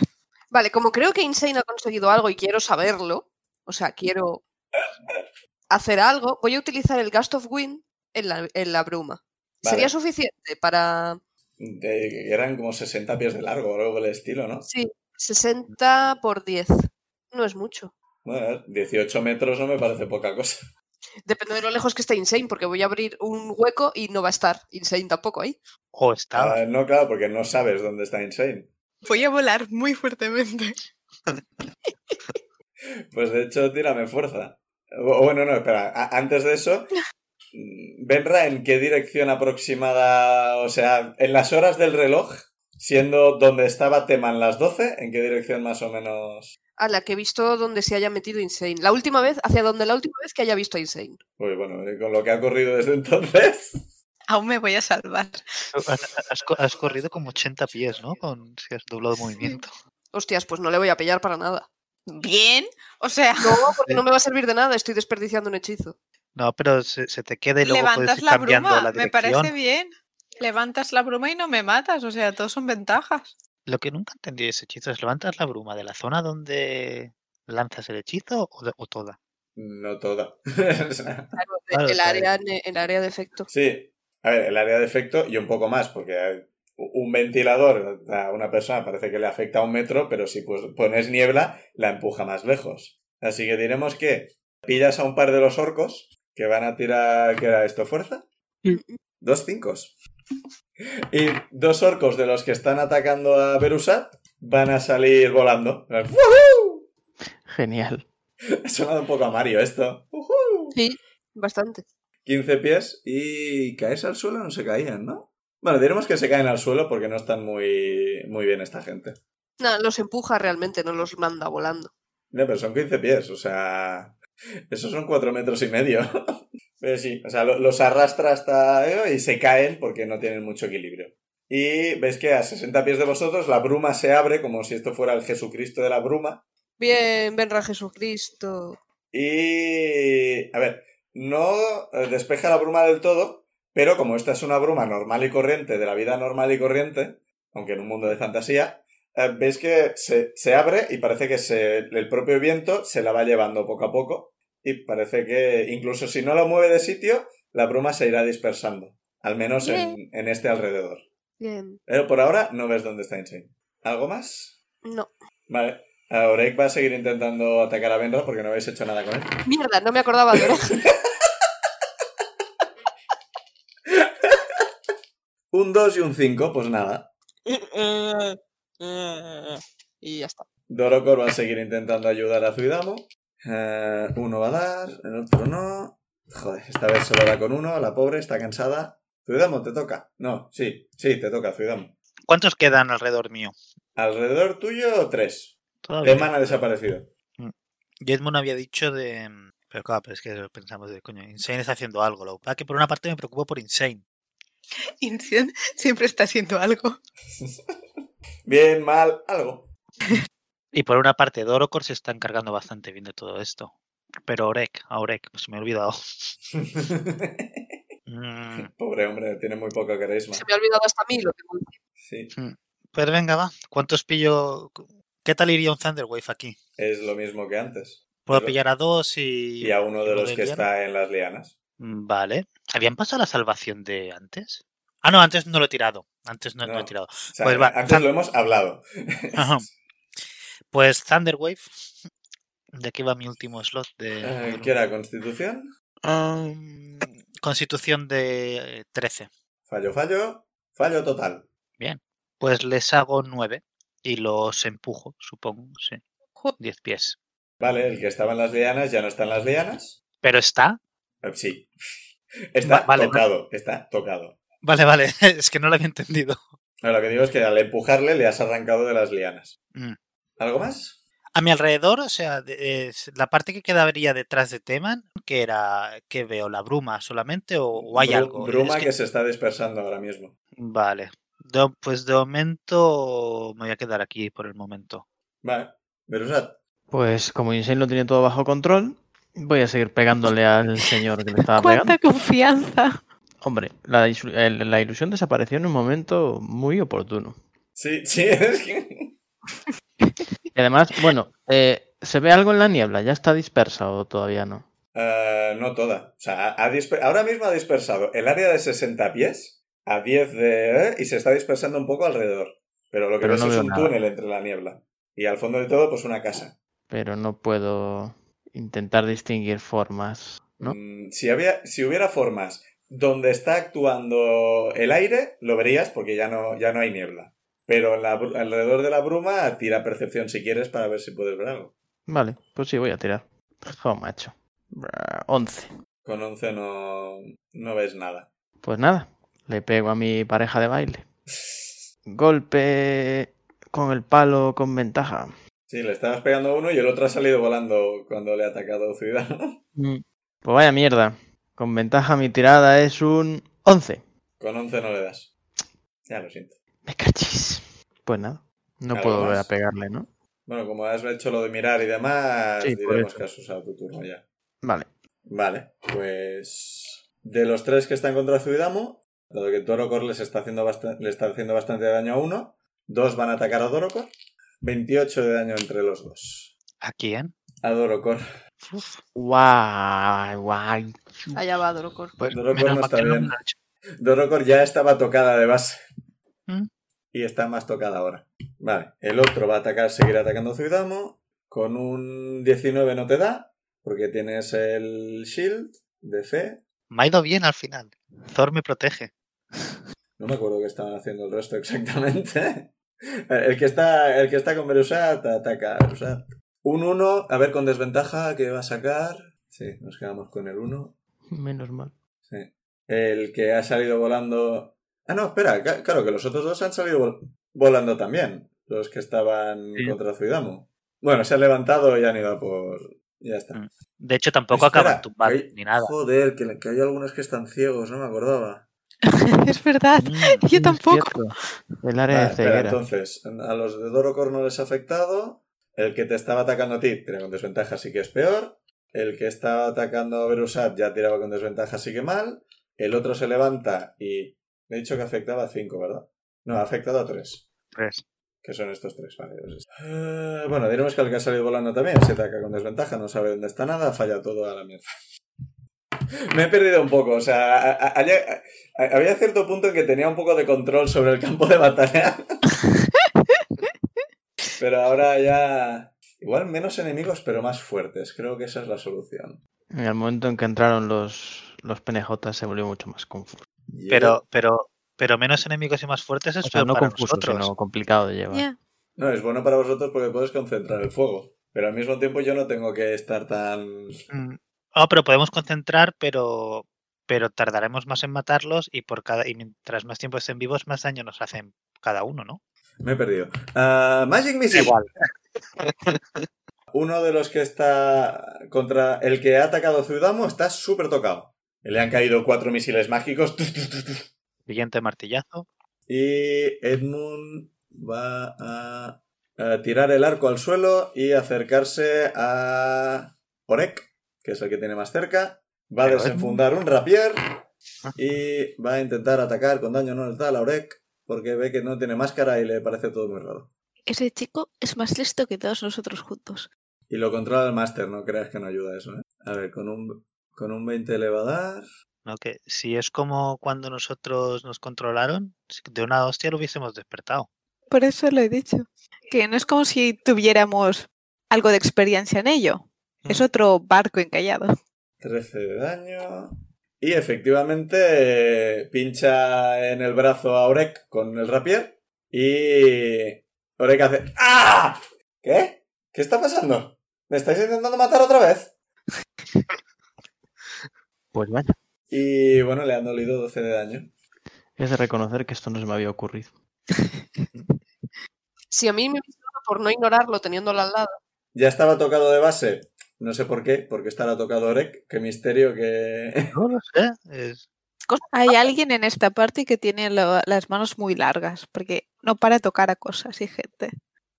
Vale, como creo que Insane ha conseguido algo y quiero saberlo, o sea, quiero hacer algo, voy a utilizar el Gust of Wind en la, en la bruma. Vale. ¿Sería suficiente para De- eran como 60 pies de largo o algo por el estilo, ¿no? Sí, 60 por 10. No es mucho. Bueno, 18 metros no me parece poca cosa. Depende de lo lejos que esté Insane, porque voy a abrir un hueco y no va a estar Insane tampoco ahí. o Oh, estaba. Ah, no, claro, porque no sabes dónde está Insane. Voy a volar muy fuertemente. Pues de hecho, tírame fuerza. O- o bueno, no, espera. a- antes de eso, mm, Benra, ¿en qué dirección aproximada? O sea, en las horas del reloj, Siendo donde estaba Teman las 12, ¿en qué dirección más o menos? A la que he visto donde se haya metido Insane. La última vez, hacia donde la última vez que haya visto a Insane. Uy, bueno, eh, con lo que ha ocurrido desde entonces. Aún me voy a salvar. Has, has co- has corrido como 80 pies, ¿no? Con, si has doblado movimiento. Hostias, pues no le voy a pillar para nada. Bien, o sea, No, porque no me va a servir de nada, estoy desperdiciando un hechizo. No, pero se, se te queda y luego puedes levantas ir la cambiando bruma, la me dirección. parece bien. Levantas la bruma y no me matas, o sea, todos son ventajas. Lo que nunca entendí de ese hechizo es levantas la bruma de la zona donde lanzas el hechizo o, de- o toda. No toda. O sea, Claro, el, o sea, área, el área de efecto. sí, a ver, el área de efecto y un poco más, porque hay un ventilador a una persona parece que le afecta a un metro, pero si pues, pones niebla, la empuja más lejos. Así que diremos que pillas a un par de los orcos que van a tirar, ¿qué era esto? ¿Fuerza? Dos cincos. Y dos orcos de los que están atacando a Berusat van a salir volando. ¡Woohoo! Genial. Ha sonado un poco a Mario esto. ¡Woohoo! Sí, bastante. 15 pies y caes al suelo, no se caían, ¿no? Bueno, diremos que se caen al suelo porque no están muy, muy bien esta gente. No, los empuja realmente, no los manda volando. Ya, pero son 15 pies, o sea... Esos son 4 metros y medio. Pero sí, o sea, lo- los arrastra hasta... eh, y se caen porque no tienen mucho equilibrio. Y ves que a 60 pies de vosotros la bruma se abre como si esto fuera el Jesucristo de la bruma. Bien, venra Jesucristo. Y... Eh, A ver, no eh, despeja la bruma del todo, pero como esta es una bruma normal y corriente, de la vida normal y corriente, aunque en un mundo de fantasía, eh, ves que se, se abre y parece que se- el propio viento se la va llevando poco a poco. Y parece que incluso si no la mueve de sitio, la bruma se irá dispersando. Al menos en, en este alrededor. Bien. Pero por ahora no ves dónde está Insane. ¿Algo más? No. Vale. Ahora Orek va a seguir intentando atacar a Benra porque no habéis hecho nada con él. Mierda, no me acordaba de Oreg. Un 2 y un 5, pues nada. Y ya está. Dorocor va a seguir intentando ayudar a Zuidamo. Eh, uno va a dar, el otro no. Joder, esta vez solo da con uno, la pobre está cansada. Zuidamo, te toca. No, sí, sí, te toca, Zuidamo. ¿Cuántos quedan alrededor mío? Alrededor tuyo, tres. Todavía. Teman ha desaparecido. Y Edmund había dicho de. mm, Pero claro, pero es que pensamos de coño, Insane está haciendo algo. Lo que pasa es que por una parte me preocupo por Insane. Incien siempre está haciendo algo. Bien, mal, algo. Y por una parte, Dorocor se está encargando bastante bien de todo esto. Pero Orek, a Orek, pues me he olvidado. Mm, Pobre hombre, tiene muy poco carisma. Se me ha olvidado hasta a mí lo que Sí, Pues venga, va. ¿Cuántos pillo? ¿Qué tal iría un Thunderwave aquí? es lo mismo que antes. Puedo Pero- pillar a dos y. Y a uno de los que liar. está en las lianas. Mm, Vale. ¿Habían pasado la salvación de antes? Ah, no, antes no lo he tirado. Antes no, no No. he tirado. O sea, Pues va, antes Thun- lo hemos hablado. Ajá. Pues Thunderwave. De aquí va mi último slot de. Eh, del- ¿Qué era? ¿Constitución? Am, Constitución de eh, 13. Fallo, fallo. Fallo total. pues les hago nueve y los empujo, supongo, sí. Jo- Diez pies. Vale, el que estaba en las lianas ya no está en las lianas. Pero está. Eh, Sí. Está Va- vale, tocado, está tocado. Vale, vale, es que no lo había entendido. Ahora, lo que digo es que al empujarle le has arrancado de las lianas. Mm. ¿Algo más? A mi alrededor, o sea, de- es la parte que quedaría detrás de Teman, que era que veo la bruma solamente o, o hay Bru- algo. Bruma Es que... que- se está dispersando ahora mismo. Vale. Do- pues de momento me voy a quedar aquí por el momento. Vale. Berusat. Pues como Insane lo tiene todo bajo control, voy a seguir pegándole al señor que le Ah, estaba pegando. ¡Cuánta confianza! Hombre, la, isu- el- la ilusión desapareció en un momento muy oportuno. Sí, sí, es que... Y además, bueno, eh, ¿se ve algo en la niebla? ¿Ya está dispersa o todavía no? Eh, no toda. O sea, ha- ha disper- ahora mismo ha dispersado el área de 60 pies a 10 de... eh, y se está dispersando un poco alrededor. Pero lo que Pero ves no es veo un nada. túnel entre la niebla. Y al fondo de todo, pues una casa. Pero no puedo intentar distinguir formas, ¿no? Mm, Si, había, si hubiera formas donde está actuando el aire, lo verías porque ya no, ya no hay niebla. Pero en la bru- alrededor de la bruma, tira percepción si quieres para ver si puedes ver algo. Vale, pues sí, voy a tirar. Jo, macho. Bra, 11. Con 11 no, no ves nada. Pues nada, le pego a mi pareja de baile. Golpe con el palo con ventaja. Sí, le estabas pegando a uno y el otro ha salido volando cuando le ha atacado Ciudad. Mm. Pues vaya mierda. Con ventaja mi tirada es un 11. Con 11 no le das. Ya lo siento. Me cachis. Pues nada. No ¿Algo puedo volver a más? pegarle, ¿no? Bueno, como has hecho lo de mirar y demás, Sí, por diremos eso. que has usado tu turno ya. Vale. Vale, pues de los tres que están contra Zuidamo, dado que Dorocor les está haciendo bast- le está haciendo bastante daño a uno, dos van a atacar a Dorocor, 28 de daño entre los dos. ¿A quién? A Dorocor. Guay, guay. Allá va Dorocor. Pues No recuerdo, menos mal está que no bien. me lo ha hecho. Dorocor ya estaba tocada de base. ¿Mm? Y está más tocada ahora. Vale, el otro va a atacar, seguir atacando a Zuidamo. Con un 19 no te da, porque tienes el shield de fe. Me ha ido bien al final. Thor me protege. No me acuerdo qué estaban haciendo el resto exactamente. El que está, el que está con Berusat ataca a Berusat. Un 1, a ver con desventaja que va a sacar. Sí, nos quedamos con el 1. Menos mal. El que ha salido volando. Ah, no, espera, ca- claro que los otros dos han salido vol- volando también. Los que estaban Sí. contra Zuidamo. Bueno, se han levantado y han ido a por. Ya está. Mm, De hecho, tampoco Espera, acaban tumbados que hay- ni nada. Joder, que, que hay algunos que están ciegos, no me acordaba. es verdad. Mm, Yo Mm, tampoco. cierto. El Vale, área de Ah, espera, ceguera. entonces, a los de Dorocor no les ha afectado. El que te estaba atacando a ti tiene con desventaja, sí que es peor. El que estaba atacando a Berusat ya tiraba con desventaja, sí que mal. El otro se levanta y. He dicho que afectaba a 5, ¿verdad? No, ha afectado a 3, tres. que son estos tres, vale. pues es- Eh, bueno, diremos que el que ha salido volando también se ataca con desventaja, no sabe dónde está nada, falla todo a la mierda. Me he perdido un poco, o sea, a- a- había- a- había cierto punto en que tenía un poco de control sobre el campo de batalla. Pero ahora ya. Igual menos enemigos, pero más fuertes. Creo que esa es la solución. En el momento en que entraron los, los PNJ se volvió mucho más confuso. Pero, pero, pero menos enemigos y más fuertes es O sea, peor no para confuso, nosotros. sino complicado de llevar. Ya. No, es bueno para vosotros porque puedes concentrar el fuego. Pero al mismo tiempo yo no tengo que estar tan. Mm, ah, pero podemos concentrar, pero, pero tardaremos más en matarlos y por cada y mientras más tiempo estén vivos, más daño nos hacen cada uno, ¿no? Me he perdido. Ah, Magic Missile. Igual. Uno de los que está contra el que ha atacado Ciudadamo está súper tocado. Le han caído cuatro misiles mágicos. Siguiente martillazo. Y Edmund va a, a tirar el arco al suelo y acercarse a Orek, que es el que tiene más cerca. Va a Pero desenfundar un rapier y va a intentar atacar con daño no letal a Orek porque ve que no tiene máscara y le parece todo muy raro. Ese chico es más listo que todos nosotros juntos. Y lo controla el máster, no creas que no ayuda eso. ¿eh? A ver, con un, con un 20 le va a dar. ¿no? Que si es como cuando nosotros nos controlaron, si de una hostia lo hubiésemos despertado. Por eso lo he dicho. Que no es como si tuviéramos algo de experiencia en ello. Es Mm. otro barco encallado. 13 de daño. Y efectivamente eh, pincha en el brazo a Orek con el rapier. Y Orek hace... ¡Ah! ¿Qué? ¿Qué está pasando? ¿Me estáis intentando matar otra vez? Pues vaya. Y bueno, le han dolido 12 de daño. Es de reconocer que esto no se me había ocurrido. Si a mí me hubiese dado por no ignorarlo teniéndolo al lado, Ya estaba tocado de base. No sé por qué, porque estará tocado Orek. Qué misterio que... No lo sé. ¿Eh? es- Hay alguien en esta parte que tiene lo- las manos muy largas, porque no para de tocar a cosas y gente.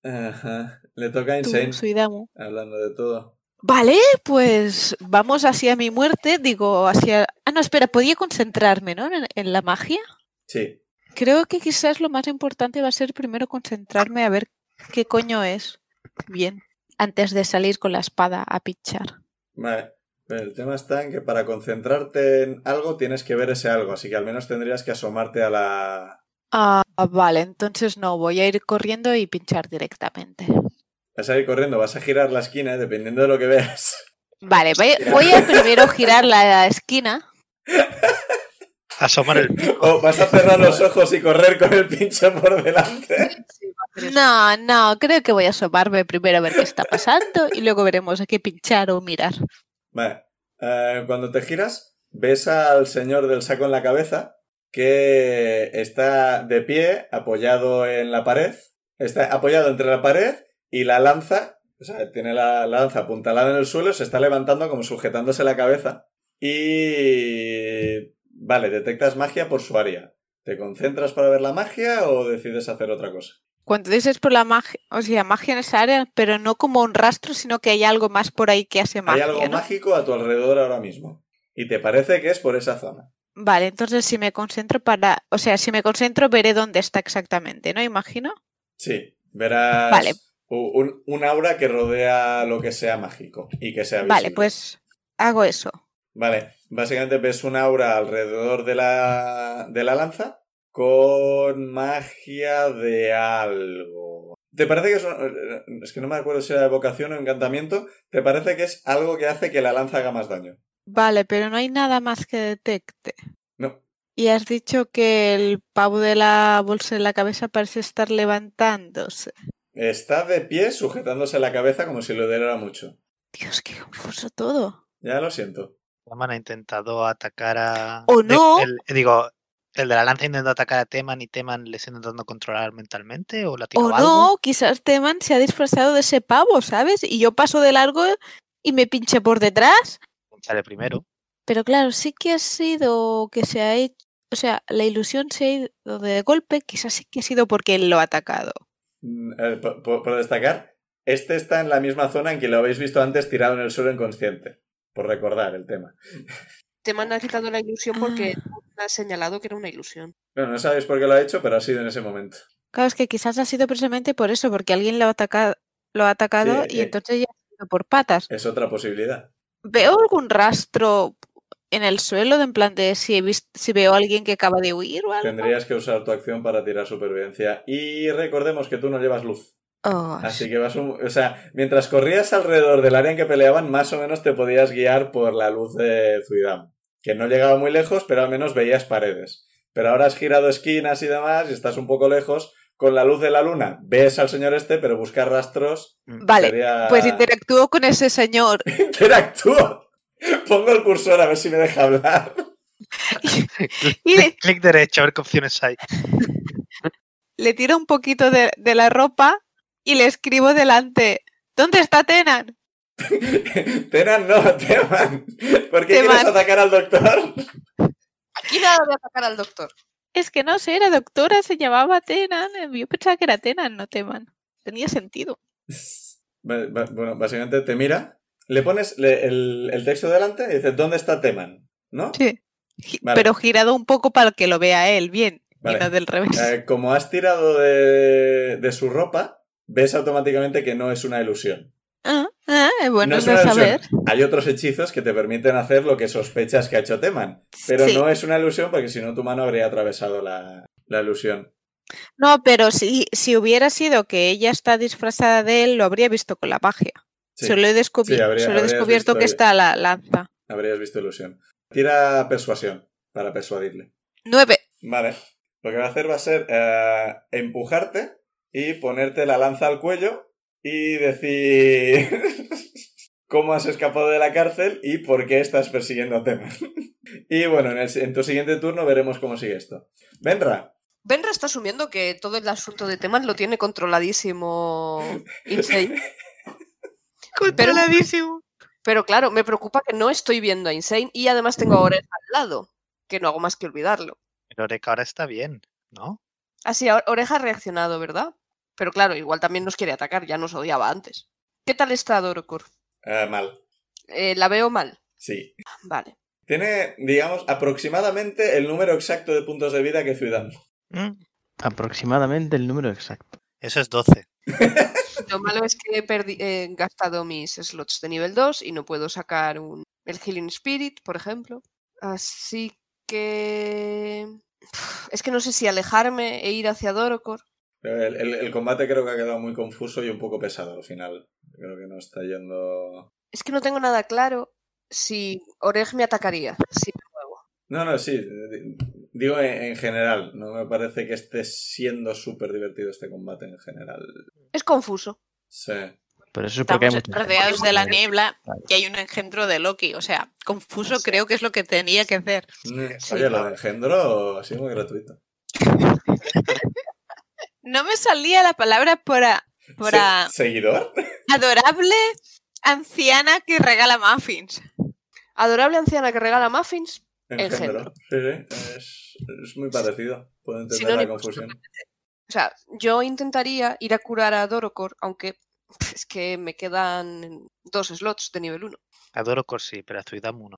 Ajá. Le toca a Tú, Insane, Suidamu. hablando de todo. Vale, pues vamos hacia mi muerte, digo, hacia... Ah, no, espera, podía concentrarme, ¿no? En, en la magia. Sí. Creo que quizás lo más importante va a ser primero concentrarme a ver qué coño es. Bien, antes de salir con la espada a pichar. Vale. Pero el tema está en que para concentrarte en algo tienes que ver ese algo, así que al menos tendrías que asomarte a la. Ah, vale, entonces no, voy a ir corriendo y pinchar directamente. Vas a ir corriendo, vas a girar la esquina, y dependiendo de lo que veas. Vale, voy, voy a primero girar la esquina. Asomar el pico. O vas a cerrar los ojos y correr con el pincho por delante. sí, va a hacer eso. No, no, creo que voy a asomarme primero a ver qué está pasando y luego veremos a qué pinchar o mirar. Vale. Eh, cuando te giras, ves al señor del saco en la cabeza que está de pie, apoyado en la pared. Está apoyado entre la pared y la lanza. O sea, tiene la, la lanza apuntalada en el suelo, se está levantando como sujetándose la cabeza. Y... Vale, detectas magia por su área. ¿Te concentras para ver la magia o decides hacer otra cosa? Cuando dices por la magia, o sea, magia en esa área, pero no como un rastro, sino que hay algo más por ahí que hace magia. Hay algo ¿no? mágico a tu alrededor ahora mismo. Y te parece que es por esa zona. Vale, entonces si me concentro para, o sea, si me concentro veré dónde está exactamente, ¿no? Imagino. Sí, verás Vale. u- un, un aura que rodea lo que sea mágico y que sea visible. Vale, pues hago eso. Vale, básicamente ves un aura alrededor de la, de la lanza con magia de algo. ¿Te parece que es un- eh, Es que no me acuerdo si era evocación o encantamiento. ¿Te parece que es algo que hace que la lanza haga más daño? Vale, pero no hay nada más que detecte. No. Y has dicho que el pavo de la bolsa de la cabeza parece estar levantándose. Está de pie sujetándose la cabeza como si le doliera mucho. Dios, qué confuso todo. Ya lo siento. Teman ha intentado atacar a. ¡O di- no! el- digo, el de la lanza intentó atacar a Teman y Teman le está intentando controlar mentalmente o la O algo. no, quizás Teman se ha disfrazado de ese pavo, ¿sabes? Y yo paso de largo y me pinche por detrás. Pincharle primero. Pero claro, sí que ha sido que se ha hecho, o sea, la ilusión se ha ido de golpe, quizás sí que ha sido porque él lo ha atacado. Mm, eh, por, por- por destacar, este está en la misma zona en que lo habéis visto antes tirado en el suelo inconsciente. Por recordar el tema. Te me han quitado la ilusión porque me has señalado que era una ilusión. Bueno, no sabéis por qué lo ha hecho, pero ha sido en ese momento. Claro, es que quizás ha sido precisamente por eso, porque alguien lo ha atacado, lo ha atacado y eh. entonces ya ha sido por patas. Es otra posibilidad. ¿Veo algún rastro en el suelo de en plan de si, he vis- si veo a alguien que acaba de huir o algo? Tendrías que usar tu acción para tirar supervivencia. Y recordemos que tú no llevas luz. Oh, Así que vas un- O sea, mientras corrías alrededor del área en que peleaban, más o menos te podías guiar por la luz de Zuidam. Que no llegaba muy lejos, pero al menos veías paredes. Pero ahora has girado esquinas y demás y estás un poco lejos. Con la luz de la luna ves al señor este, pero buscar rastros Vale, sería... pues interactúo con ese señor. Interactúo. Pongo el cursor a ver si me deja hablar. Y le- Clic derecho, a ver qué opciones hay. le tiro un poquito de, de la ropa y le escribo delante. ¿Dónde está Tenan? Tenan, no, Teman. ¿Por qué Teman. quieres atacar al doctor? Aquí nada de atacar al doctor. Es que no sé, era doctora, se llamaba Tenan. eh, Yo pensaba que era Tenan, no Teman. Tenía sentido. Ba- ba- Bueno, básicamente te mira, le pones le- el, el texto delante y dices, ¿dónde está Teman? ¿No? Sí. Gi- Vale. Pero girado un poco para que lo vea él bien Vale. y no del revés. Eh, como has tirado de, de su ropa, ves automáticamente que no es una ilusión. Ah, ah, es bueno no es de una ilusión. saber. Hay otros hechizos que te permiten hacer lo que sospechas que ha hecho Teman, pero Sí. no es una ilusión porque si no tu mano habría atravesado la, la ilusión. No, pero si, si hubiera sido que ella está disfrazada de él, lo habría visto con la magia. Sí, Solo he, descubri- Sí, habría- solo he habrías descubierto visto que el- está la lanza. habrías visto ilusión. Tira persuasión para persuadirle. Nueve. Vale. Lo que va a hacer va a ser eh, empujarte y ponerte la lanza al cuello y decir cómo has escapado de la cárcel y por qué estás persiguiendo a Teman. y bueno, en, el- en tu siguiente turno veremos cómo sigue esto. Benra, Benra está asumiendo que todo el asunto de Teman lo tiene controladísimo Insane. Controladísimo. Pero claro, me preocupa que no estoy viendo a Insane y además tengo a Oren al lado, que no hago más que olvidarlo. Pero Oreca ahora está bien, ¿no? Así, ahora Oreja ha reaccionado, ¿verdad? Pero claro, igual también nos quiere atacar, ya nos odiaba antes. ¿Qué tal está Dorocor? eh, mal. Eh, la veo mal. Sí. Vale. Tiene, digamos, aproximadamente el número exacto de puntos de vida que Ciudad. Mm, Aproximadamente el número exacto. Eso es 12. Lo malo es que he perdi- he gastado mis slots de nivel 2 y no puedo sacar un, el Healing Spirit, por ejemplo. Así que... Es que no sé si alejarme e ir hacia Dorocor. El, el- el combate creo que ha quedado muy confuso y un poco pesado al final. Creo que no está yendo... Es que no tengo nada claro si Orej me atacaría. Si me muevo. No, no, sí. eh, di- Digo en en general. No me parece que esté siendo súper divertido este combate en general. Es confuso. Sí. Pero eso es porque hay Estamos mucha gente. rodeados de la niebla Claro. y hay un engendro de Loki. O sea, confuso creo que es lo que tenía que hacer. Mm, Oye, lo de engendro ha sido muy gratuito. No me salía la palabra para, para Se- ¿Seguidor? adorable anciana que regala muffins. Adorable anciana que regala muffins. Engendro. Sí, sí. Es, es muy parecido. Puedo entender la Sinónimos. confusión. O sea, yo intentaría ir a curar a Dorocor, aunque pf, es que me quedan dos slots de nivel 1. Adoro Corsi, pero estoy dame uno.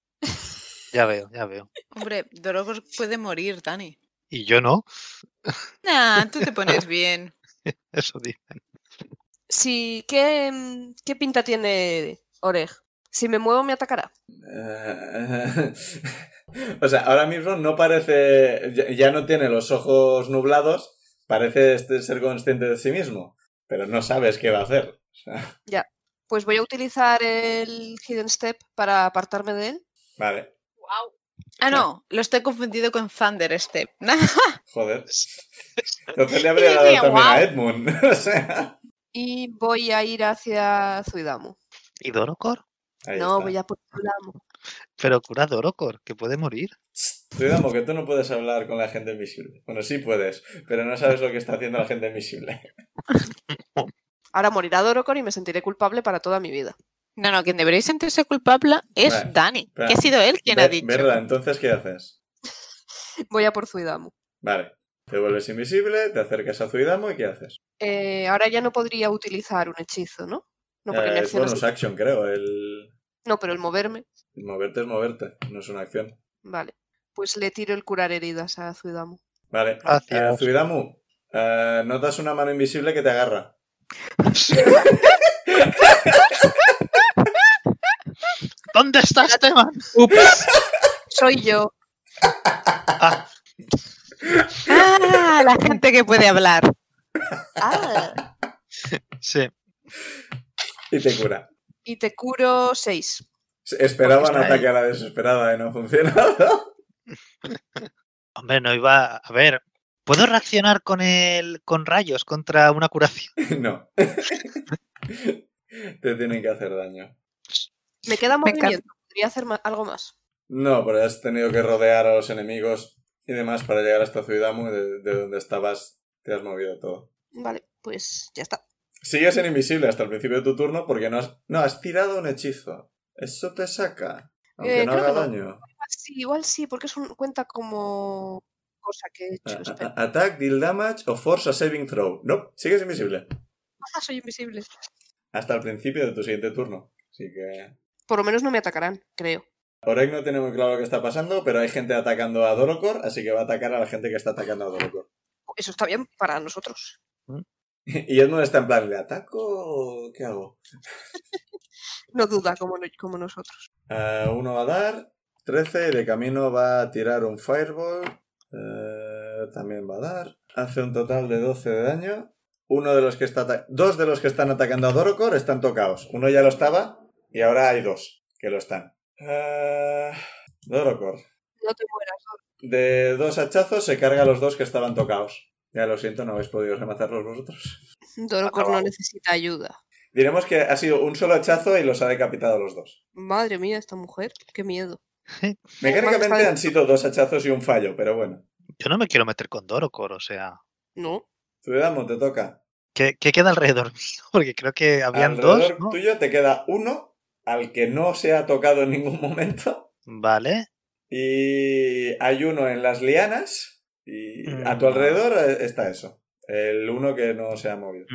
Ya veo, ya veo. Hombre, Dorogor puede morir, Dani. Y yo no, Nah, tú te pones bien. eso digo. Si, ¿qué, mm, ¿Qué pinta tiene Oleg? Si me muevo me atacará. Eh, o sea, ahora mismo no parece, ya, ya no tiene los ojos nublados, parece este- ser consciente de sí mismo, pero no sabes qué va a hacer. O sea, Pues voy a utilizar el Hidden Step para apartarme de él. vale, Ah, no, lo estoy confundido con Thunder este. Step. joder. Entonces le habría dado también a Edmund. O sea, Y voy a ir hacia Zuidamu. ¿Y Dorocor? ahí no, está. pues voy a por Zuidamu. Pero cura Dorocor, que puede morir. Cuidado, que tú no puedes hablar con la gente invisible. Bueno, sí puedes, pero no sabes lo que está haciendo la gente invisible. Ahora morirá Dorocor y me sentiré culpable para toda mi vida. No, no, quien debería sentirse culpable es Vale, Dani, vale. que ha sido él quien ha Ver- dicho. Verla, entonces, ¿qué haces? Voy a por Zuidamu. Vale, te vuelves invisible, te acercas a Zuidamo y ¿qué haces? Eh, ahora ya no podría utilizar un hechizo, ¿no? No, porque Eh, mi es acción es- bonus action, creo, el, No, pero el moverme. El Moverte es moverte, no es una acción. Vale. Pues le tiro el curar heridas a Zuidamu. Vale. Gracias. Eh, Zuidamu, eh, notas una mano invisible que te agarra. ¿Dónde estás, Teman? Soy yo. Ah, la gente que puede hablar. Ah, Sí. Y te cura. y te curo 6. Se- Esperaba un Porque está ataque a la desesperada y no ha funcionado. Hombre, no iba. A ver, ¿puedo reaccionar con el con rayos contra una curación? no. te tienen que hacer daño. Me queda Me encanta. movimiento. Podría hacer ma- algo más. No, pero has tenido que rodear a los enemigos y demás para llegar hasta Zuidamu, de, de donde estabas, te has movido todo. Vale, pues ya está. Sigues en invisible hasta el principio de tu turno porque no has, no, has tirado un hechizo. Eso te saca. Aunque Eh, no creo haga que no. daño. Ah, Sí, igual sí, porque es un, cuenta como cosa que he hecho. A- Espera. a- Attack, deal damage o force a saving throw. No, sigues invisible. Ah, soy invisible. Hasta el principio de tu siguiente turno. Así que. Por lo menos no me atacarán, creo. Oreg no tiene muy claro lo que está pasando, pero hay gente atacando a Dorocor, así que va a atacar a la gente que está atacando a Dorocor. Eso está bien para nosotros. Y Edmund está en plan, ¿le ataco o qué hago? No duda como, no- como nosotros. Ah, uno va a dar, 13, de camino va a tirar un fireball, eh, también va a dar. Hace un total de 12 de daño. Uno de los que está ata- dos de los que están atacando a Dorocor están tocados. Uno ya lo estaba y ahora hay dos que lo están. Eh, Dorocor. No te mueras. Dor. De dos hachazos se carga a los dos que estaban tocados. Ya lo siento, no habéis podido rematarlos vosotros. Dorocor no necesita ayuda. Diremos que ha sido un solo hachazo y los ha decapitado a los dos. Madre mía, esta mujer. Qué miedo. Mecánicamente Vamos a- han sido dos hachazos y un fallo, pero bueno. Yo no me quiero meter con Dorocor, o sea. No. Zuidamo, te toca. ¿Qué, qué queda alrededor mío? Porque creo que habían Alrededor dos. ¿no? tuyo te queda uno al que no se ha tocado en ningún momento. Vale. Y hay uno en las lianas. Y a tu Mm. alrededor eh, está eso. El uno que no se ha movido.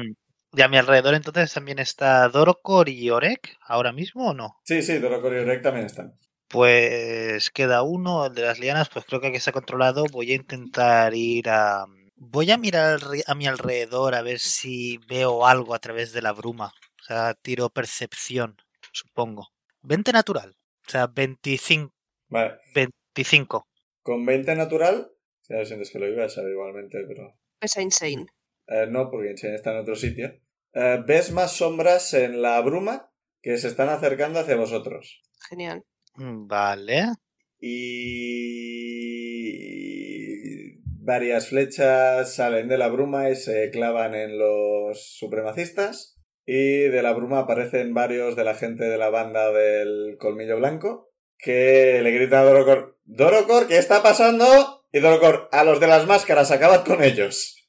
Y a mi alrededor entonces también está Dorocor y Orek, ahora mismo o no. Sí, sí, Dorocor y Orek también están. Pues queda uno, el de las lianas, pues creo que aquí se ha controlado. Voy a intentar ir a... Voy a mirar alre- a mi alrededor a ver si veo algo a través de la bruma. O sea, tiro percepción, supongo. 20 natural. O sea, 25. Vale. 25. Con 20 natural. Ya lo sientes que lo iba a saber igualmente, pero. Es insane. Eh, no, porque Insane está en otro sitio. Eh, ves más sombras en la bruma que se están acercando hacia vosotros. Genial. Mm, Vale. Y varias flechas salen de la bruma y se clavan en los supremacistas. Y de la bruma aparecen varios de la gente de la banda del Colmillo Blanco que le gritan a Dorocor, Dorocor, ¿qué está pasando? Y Dorocor, a los de las máscaras, acabad con ellos.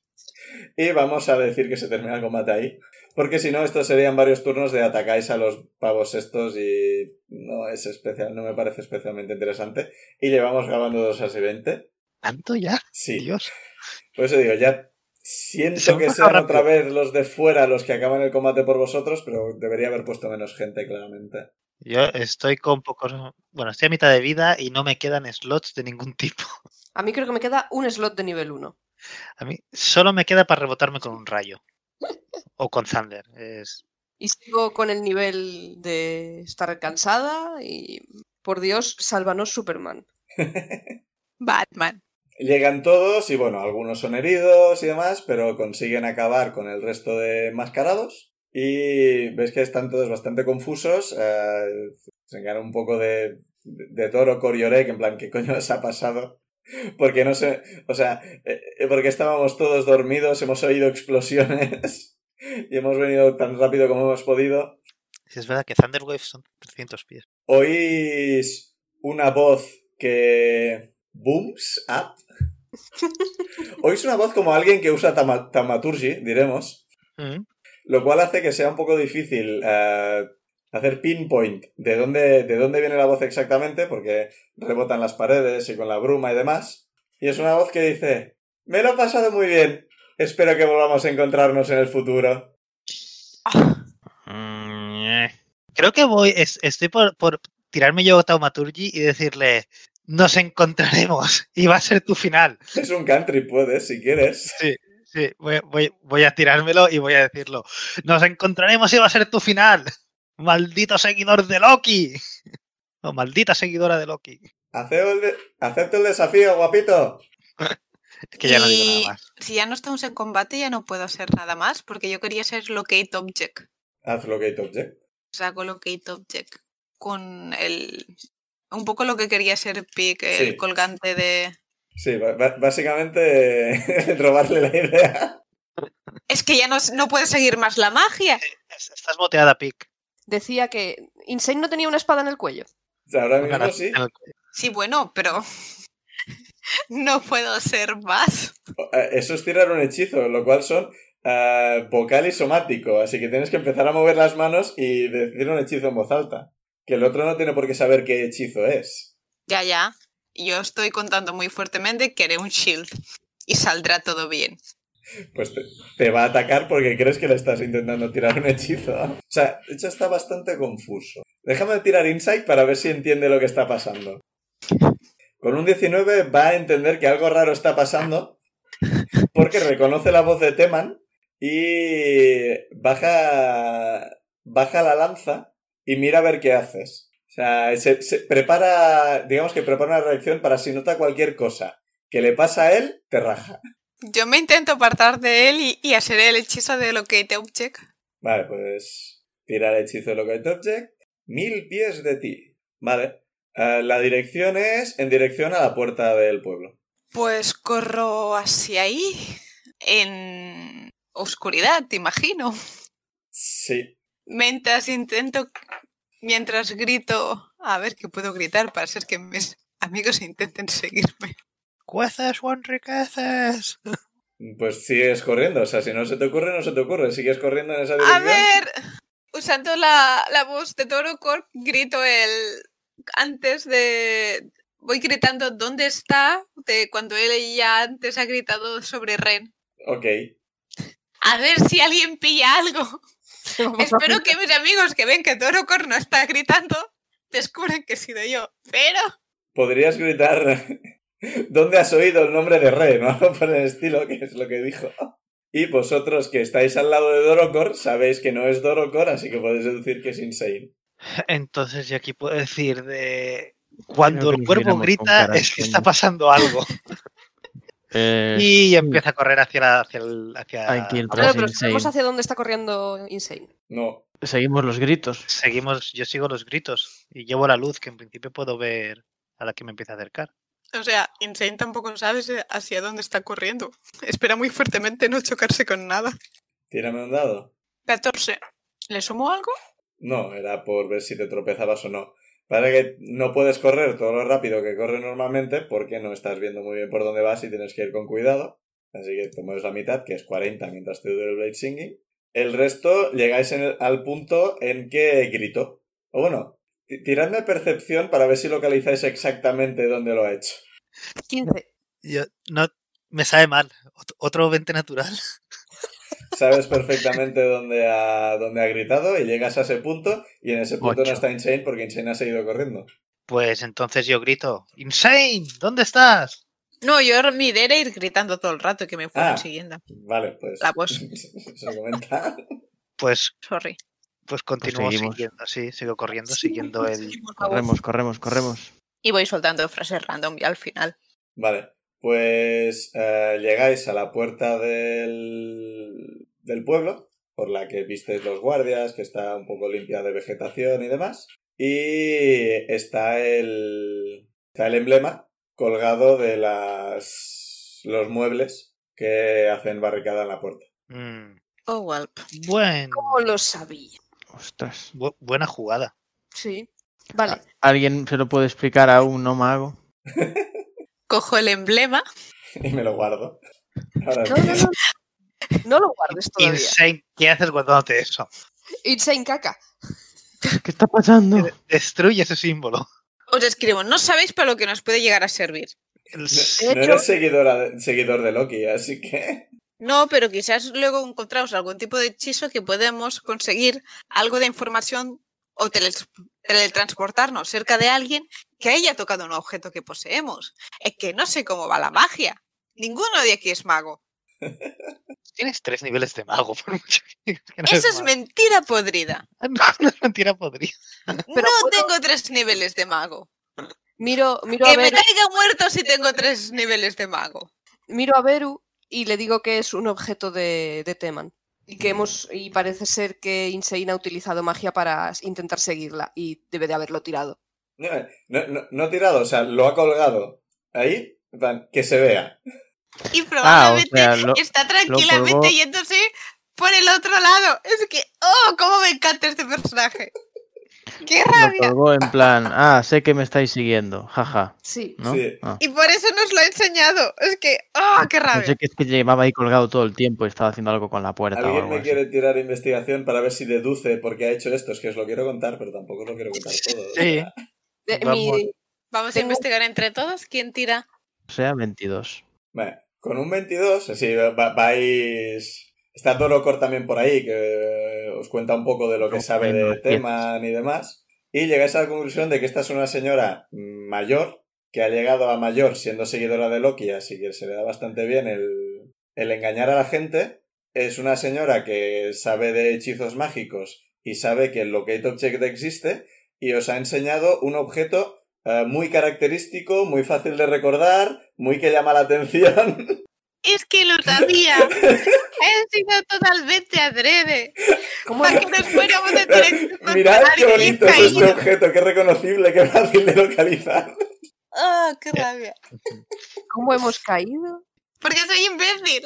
Y vamos a decir que se termina el combate ahí. Porque si no, estos serían varios turnos de atacáis a los pavos estos y no es especial, no me parece especialmente interesante. Y llevamos grabando dos así 20. ¿Tanto ya? Sí. Dios. Por eso digo, ya siento Son que más sean rápido. otra vez los de fuera los que acaban el combate por vosotros, pero debería haber puesto menos gente, claramente. Yo estoy con pocos. Bueno, estoy a mitad de vida y no me quedan slots de ningún tipo. A mí creo que me queda un slot de nivel 1. A mí solo me queda para rebotarme con un rayo. O con Thunder. Es... Y sigo con el nivel de estar cansada y, por Dios, sálvanos Superman. Batman. Llegan todos y bueno, algunos son heridos y demás, pero consiguen acabar con el resto de mascarados. Y ves que están todos bastante confusos. eh, se engañan un poco de, de toro coriorec, en plan, ¿qué coño os ha pasado? Porque no sé, o sea, eh, eh, porque estábamos todos dormidos, hemos oído explosiones y hemos venido tan rápido como hemos podido. Si es verdad que Thunderwave son 300 pies. Oís una voz que. booms up. Oís una voz como alguien que usa tama- taumaturgi, diremos. Mm. Lo cual hace que sea un poco difícil eh, hacer pinpoint de dónde, de dónde viene la voz exactamente, porque rebotan las paredes y con la bruma y demás. Y es una voz que dice: Me lo he pasado muy bien. Espero que volvamos a encontrarnos en el futuro. Mm, eh. Creo que voy. es- estoy por, por tirarme yo a Taumaturgi y decirle. Nos encontraremos y va a ser tu final. Es un country, puedes, si quieres. Sí, voy, voy- voy a tirármelo y voy a decirlo. Nos encontraremos y va a ser tu final. Maldito seguidor de Loki. O maldita seguidora de Loki. Aceo el de- Acepto el desafío, guapito. Es que ya no digo Y nada más. Si ya no estamos en combate, ya no puedo hacer nada más, porque yo quería ser Locate Object. Haz locate object. Saco Locate Object con el. Un poco lo que quería ser Pig, el Sí. colgante de. Sí, ba- ba- básicamente robarle la idea. Es que ya no, s- no puede seguir más la magia. Es- Estás moteada, Pic. Decía que Insane no tenía una espada en el cuello. O sea, ahora Ojalá. mismo sí. Sí, bueno, pero. no puedo ser más. Eh, Eso es tirar un hechizo, lo cual son eh, vocal y somático. Así que tienes que empezar a mover las manos y decir un hechizo en voz alta. Que el otro no tiene por qué saber qué hechizo es. Ya, ya. Yo estoy contando muy fuertemente que haré un shield. Y saldrá todo bien. Pues te, te va a atacar porque crees que le estás intentando tirar un hechizo. O sea, de hecho está bastante confuso. Déjame tirar insight para ver si entiende lo que está pasando. Con un 19 va a entender que algo raro está pasando porque reconoce la voz de Teman y baja, baja la lanza y mira a ver qué haces. O sea, se, se prepara, digamos que prepara una reacción para si nota cualquier cosa que le pasa a él, te raja. Yo me intento apartar de él y, y hacer el hechizo de Locate Object. Vale, pues tirar hechizo locate object. Mil pies de ti. Vale. Eh, la dirección es en dirección a la puerta del pueblo. Pues corro hacia ahí. En oscuridad, te imagino. Sí. Mientras intento. Mientras grito. A ver qué puedo gritar para hacer que mis amigos intenten seguirme. Cueces o enriqueces. Pues sigues corriendo. O sea, si no se te ocurre, no se te ocurre. Sigues corriendo en esa A dirección. ver, usando la, la voz de Toro Corp, grito el. Antes de. Voy gritando dónde está, de cuando él ya antes ha gritado sobre Ren. Ok. A ver si alguien pilla algo. Espero que mis amigos que ven que Toro Corp no está gritando descubran que he sido yo. Pero Podrías gritar. ¿Dónde has oído el nombre de Rey? ¿No? Por el estilo, que es lo que dijo. Y vosotros que estáis al lado de Dorocor, sabéis que no es Dorocor, así que podéis deducir que es Insane. Entonces yo aquí puedo decir de... Cuando Creo que el nos cuervo viéramos con grita cara de es que sueño. está pasando algo. Eh, Y empieza a correr hacia, la- hacia el... Hacia... Hay que ir Vamos, Claro, tras pero sabemos Insane. hacia dónde está corriendo Insane. No, Seguimos los gritos. Seguimos, yo sigo los gritos y llevo la luz que en principio puedo ver a la que me empieza a acercar. O sea, Insane tampoco sabes eh, hacia dónde está corriendo. Espera muy fuertemente no chocarse con nada. tírame un dado. 14. ¿Le sumo algo? No, era por ver si te tropezabas o no. Para que no puedes correr todo lo rápido que corre normalmente porque no estás viendo muy bien por dónde vas y tienes que ir con cuidado. Así que tomáis la mitad, que es 40 mientras te dura el Blade Singing. El resto llegáis en el- al punto en que grito. O bueno, ti- tiradme percepción para ver si localizáis exactamente dónde lo ha hecho. 15. Yo, no, me sabe mal. Ot- Otro 20 natural. Sabes perfectamente dónde ha, dónde ha gritado y llegas a ese punto y en ese punto Ocho. no está Insane porque Insane ha seguido corriendo. Pues entonces yo grito, Insane, ¿dónde estás? No, yo mi idea era ir gritando todo el rato y que me fueran Ah. siguiendo. Vale, pues... La voz. Se comenta. Pues, Sorry. pues continúo seguimos. siguiendo, sí, pues sigo corriendo, siguiendo el... Corremos, corremos, corremos. Y voy soltando frases random y al final. Vale, pues eh, llegáis a la puerta del, del pueblo, por la que visteis los guardias, que está un poco limpia de vegetación y demás, y está el, está el emblema colgado de las, los muebles que hacen barricada en la puerta. Mm, Oh, well. buen- ¿Cómo lo sabía? Ostras. bu- buena jugada. Sí. Vale. ¿Alguien se lo puede explicar a un no mago? Cojo el emblema. Y me lo guardo. Ahora No, no, no. no. No lo guardes todavía. Insane, ¿qué haces guardándote eso? Insane caca. ¿Qué está pasando? Destruye ese símbolo. Os escribo, no sabéis para lo que nos puede llegar a servir. El- No, no eres seguidora de- seguidor de Loki, así que... No, pero quizás luego encontramos algún tipo de hechizo que podemos conseguir algo de información o tele- teletransportarnos cerca de alguien que haya tocado un objeto que poseemos. Es que no sé cómo va la magia. Ninguno de aquí es mago. Tienes tres niveles de mago, por mucho que digas que no Eso eres es mago. mentira podrida. No es mentira podrida. no puedo- tengo tres niveles de mago. Miro, miro a Que me ver. caiga muerto si tengo tres niveles de mago. miro a Beru y le digo que es un objeto de, de Teman. Y que hemos. Y parece ser que Insane ha utilizado magia para intentar seguirla. Y debe de haberlo tirado. No, no, no- no ha tirado, o sea, lo ha colgado ahí, en plan, que se vea. Y Ah, o probablemente sea, lo- está tranquilamente yéndose por el otro lado. Es que, oh, cómo me encanta este personaje. ¡Qué lo rabia! colgó en plan, ah, sé que me estáis siguiendo, jaja. Sí. ¿No? Sí. Ah. Y por eso nos lo ha enseñado. Es que, oh, qué rabia. Pensé que es que llevaba ahí colgado todo el tiempo y estaba haciendo algo con la puerta. o ¿Alguien algo me así. quiere tirar investigación para ver si deduce por qué ha hecho esto? Es que os lo quiero contar, pero tampoco os lo quiero contar todo. ¿eh? o Sí. sea. De- Vamos. mi- Vamos a Tengo- investigar entre todos quién tira. O sea, 22. Vale, con un 22, así va- vais... Está Dorocor también por ahí, que os cuenta un poco de lo que No, sabe no, de no, Teman y demás. Y llegáis a la conclusión de que esta es una señora mayor, que ha llegado a mayor siendo seguidora de Loki, así que se le da bastante bien el, el engañar a la gente. Es una señora que sabe de hechizos mágicos y sabe que el Locate Object existe y os ha enseñado un objeto eh, muy característico, muy fácil de recordar, muy que llama la atención. Es que lo sabía. ha sido totalmente adrede. ¿Cómo Para era? que nos fuéramos de tener Mirad qué bonito es este objeto, qué reconocible, qué fácil de localizar. Oh, qué rabia. ¿Cómo hemos caído? Porque soy imbécil.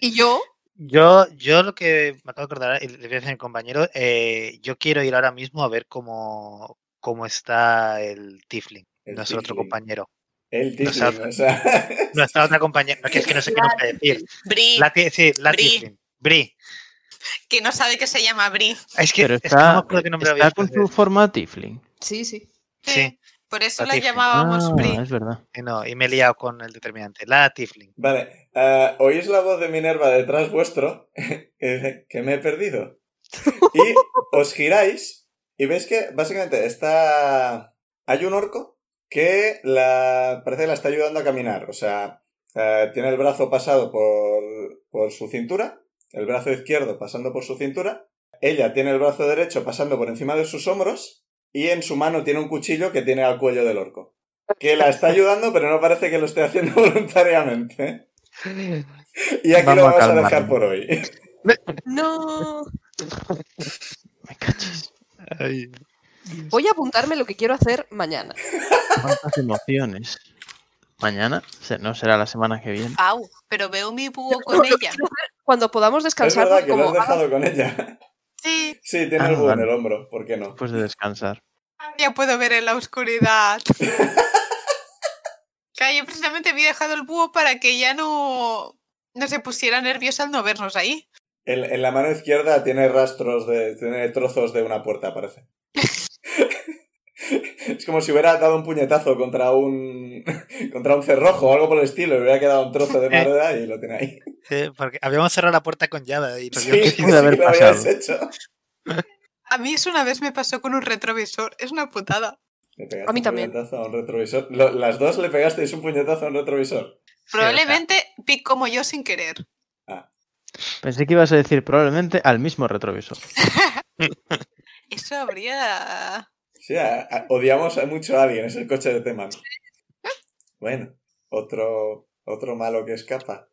Y y yo, Yo, yo lo que me acabo de acordar, y le voy a decir a mi compañero, eh, yo quiero ir ahora mismo a ver cómo, cómo está el Tifling, El nuestro otro tiefling. compañero. El O sea, Tiflin, o sea. Nuestra otra compañera, no, que es que no sé qué nos puede decir. Bri, La, ti- sí, la Bri. Tifling. Bri. que no sabe que se llama Bri. Es que, Pero es que no me está, acuerdo qué nombre está había con visto su forma Tifling. sí, sí. Sí, Eh, Por eso La la Tiflin. llamábamos Ah, Bri. es verdad. y no, y me he liado con el determinante. La Tifling. Vale, ah, oís la voz de Minerva detrás vuestro que dice que me he perdido. Y os giráis y veis que básicamente está... Hay un orco que la... parece que la está ayudando a caminar. O sea, eh, tiene el brazo pasado por, por su cintura, el brazo izquierdo pasando por su cintura. Ella tiene el brazo derecho pasando por encima de sus hombros y en su mano tiene un cuchillo que tiene al cuello del orco. Que la está ayudando, pero no parece que lo esté haciendo voluntariamente. Y aquí lo Vamos a vamos a, dejar calmarlo. por hoy. No. Me cachis. Ay, Voy a apuntarme lo que quiero hacer mañana. Cuántas emociones. Mañana, Se- no será la semana que viene. Pau, pero veo mi búho con ella. Cuando podamos Es descansar, verdad que como lo has haga- dejado con ella. Sí, Sí, tiene Ah, algo en vale. el hombro, ¿por qué no? Después de descansar. ya puedo ver en la oscuridad. Claro, yo precisamente había dejado el búho para que ya no, no se pusiera nerviosa al no vernos ahí. En, en la mano izquierda tiene rastros de. tiene trozos de una puerta, parece. es como si hubiera dado un puñetazo contra un. contra un cerrojo o algo por el estilo, y hubiera quedado un trozo Eh. de madera y lo tiene ahí. Sí, porque habíamos cerrado la puerta con llave y nos Sí, habíamos- sí pudo haber que lo habías pasado. hecho. A mí eso una vez me pasó con un retrovisor, es una putada. Le pegaste A mí también. un puñetazo a un retrovisor. Lo- las dos le pegasteis un puñetazo a un retrovisor. Probablemente vi como yo sin querer. Ah. Pensé que ibas a decir probablemente al mismo retrovisor. Eso habría... Sí, a- a- odiamos a mucho a alguien, es el coche de Teman. Bueno, otro, otro malo que escapa.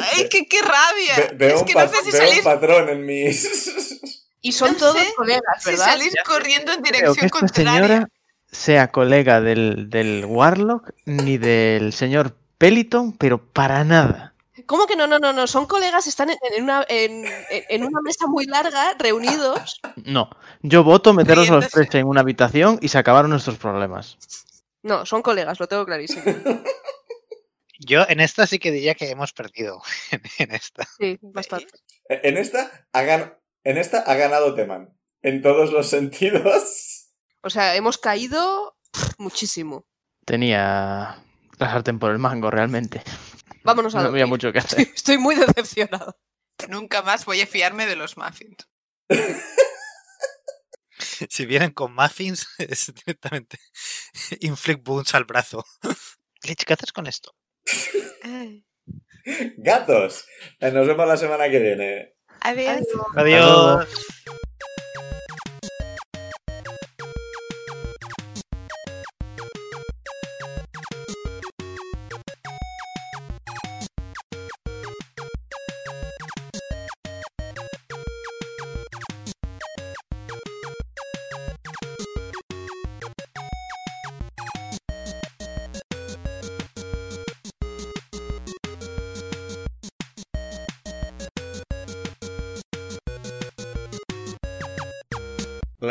¡Ay, qué, qué rabia! Ve- veo es un que no pat- sé si veo un salir, patrón en mis... Y son No todos sé colegas, si ¿verdad? salir corriendo en Creo que dirección esta contraria. señora sea colega del, del Warlock ni del señor Peliton, pero para nada. ¿Cómo que no? No, no, no. Son colegas, están en, en una, en, en- en una mesa muy larga, reunidos. No, yo voto meterlos a los Riéndose. tres en una habitación y se acabaron nuestros problemas. No, son colegas, lo tengo clarísimo. Yo en esta sí que diría que hemos perdido. en esta. Sí, bastante. En esta, ha gan- en esta ha ganado Teman. En todos los sentidos. O sea, hemos caído pff, muchísimo. Tenía la sartén por el mango realmente. Pues Vámonos a No había dormir. mucho que hacer. Estoy muy decepcionado. Nunca más voy a fiarme de los muffins. Si vienen con muffins, es directamente inflict wounds al brazo. Glitch, ¿qué haces con esto? Gatos. Eh, Nos vemos la semana que viene. Adiós. Adiós. luego.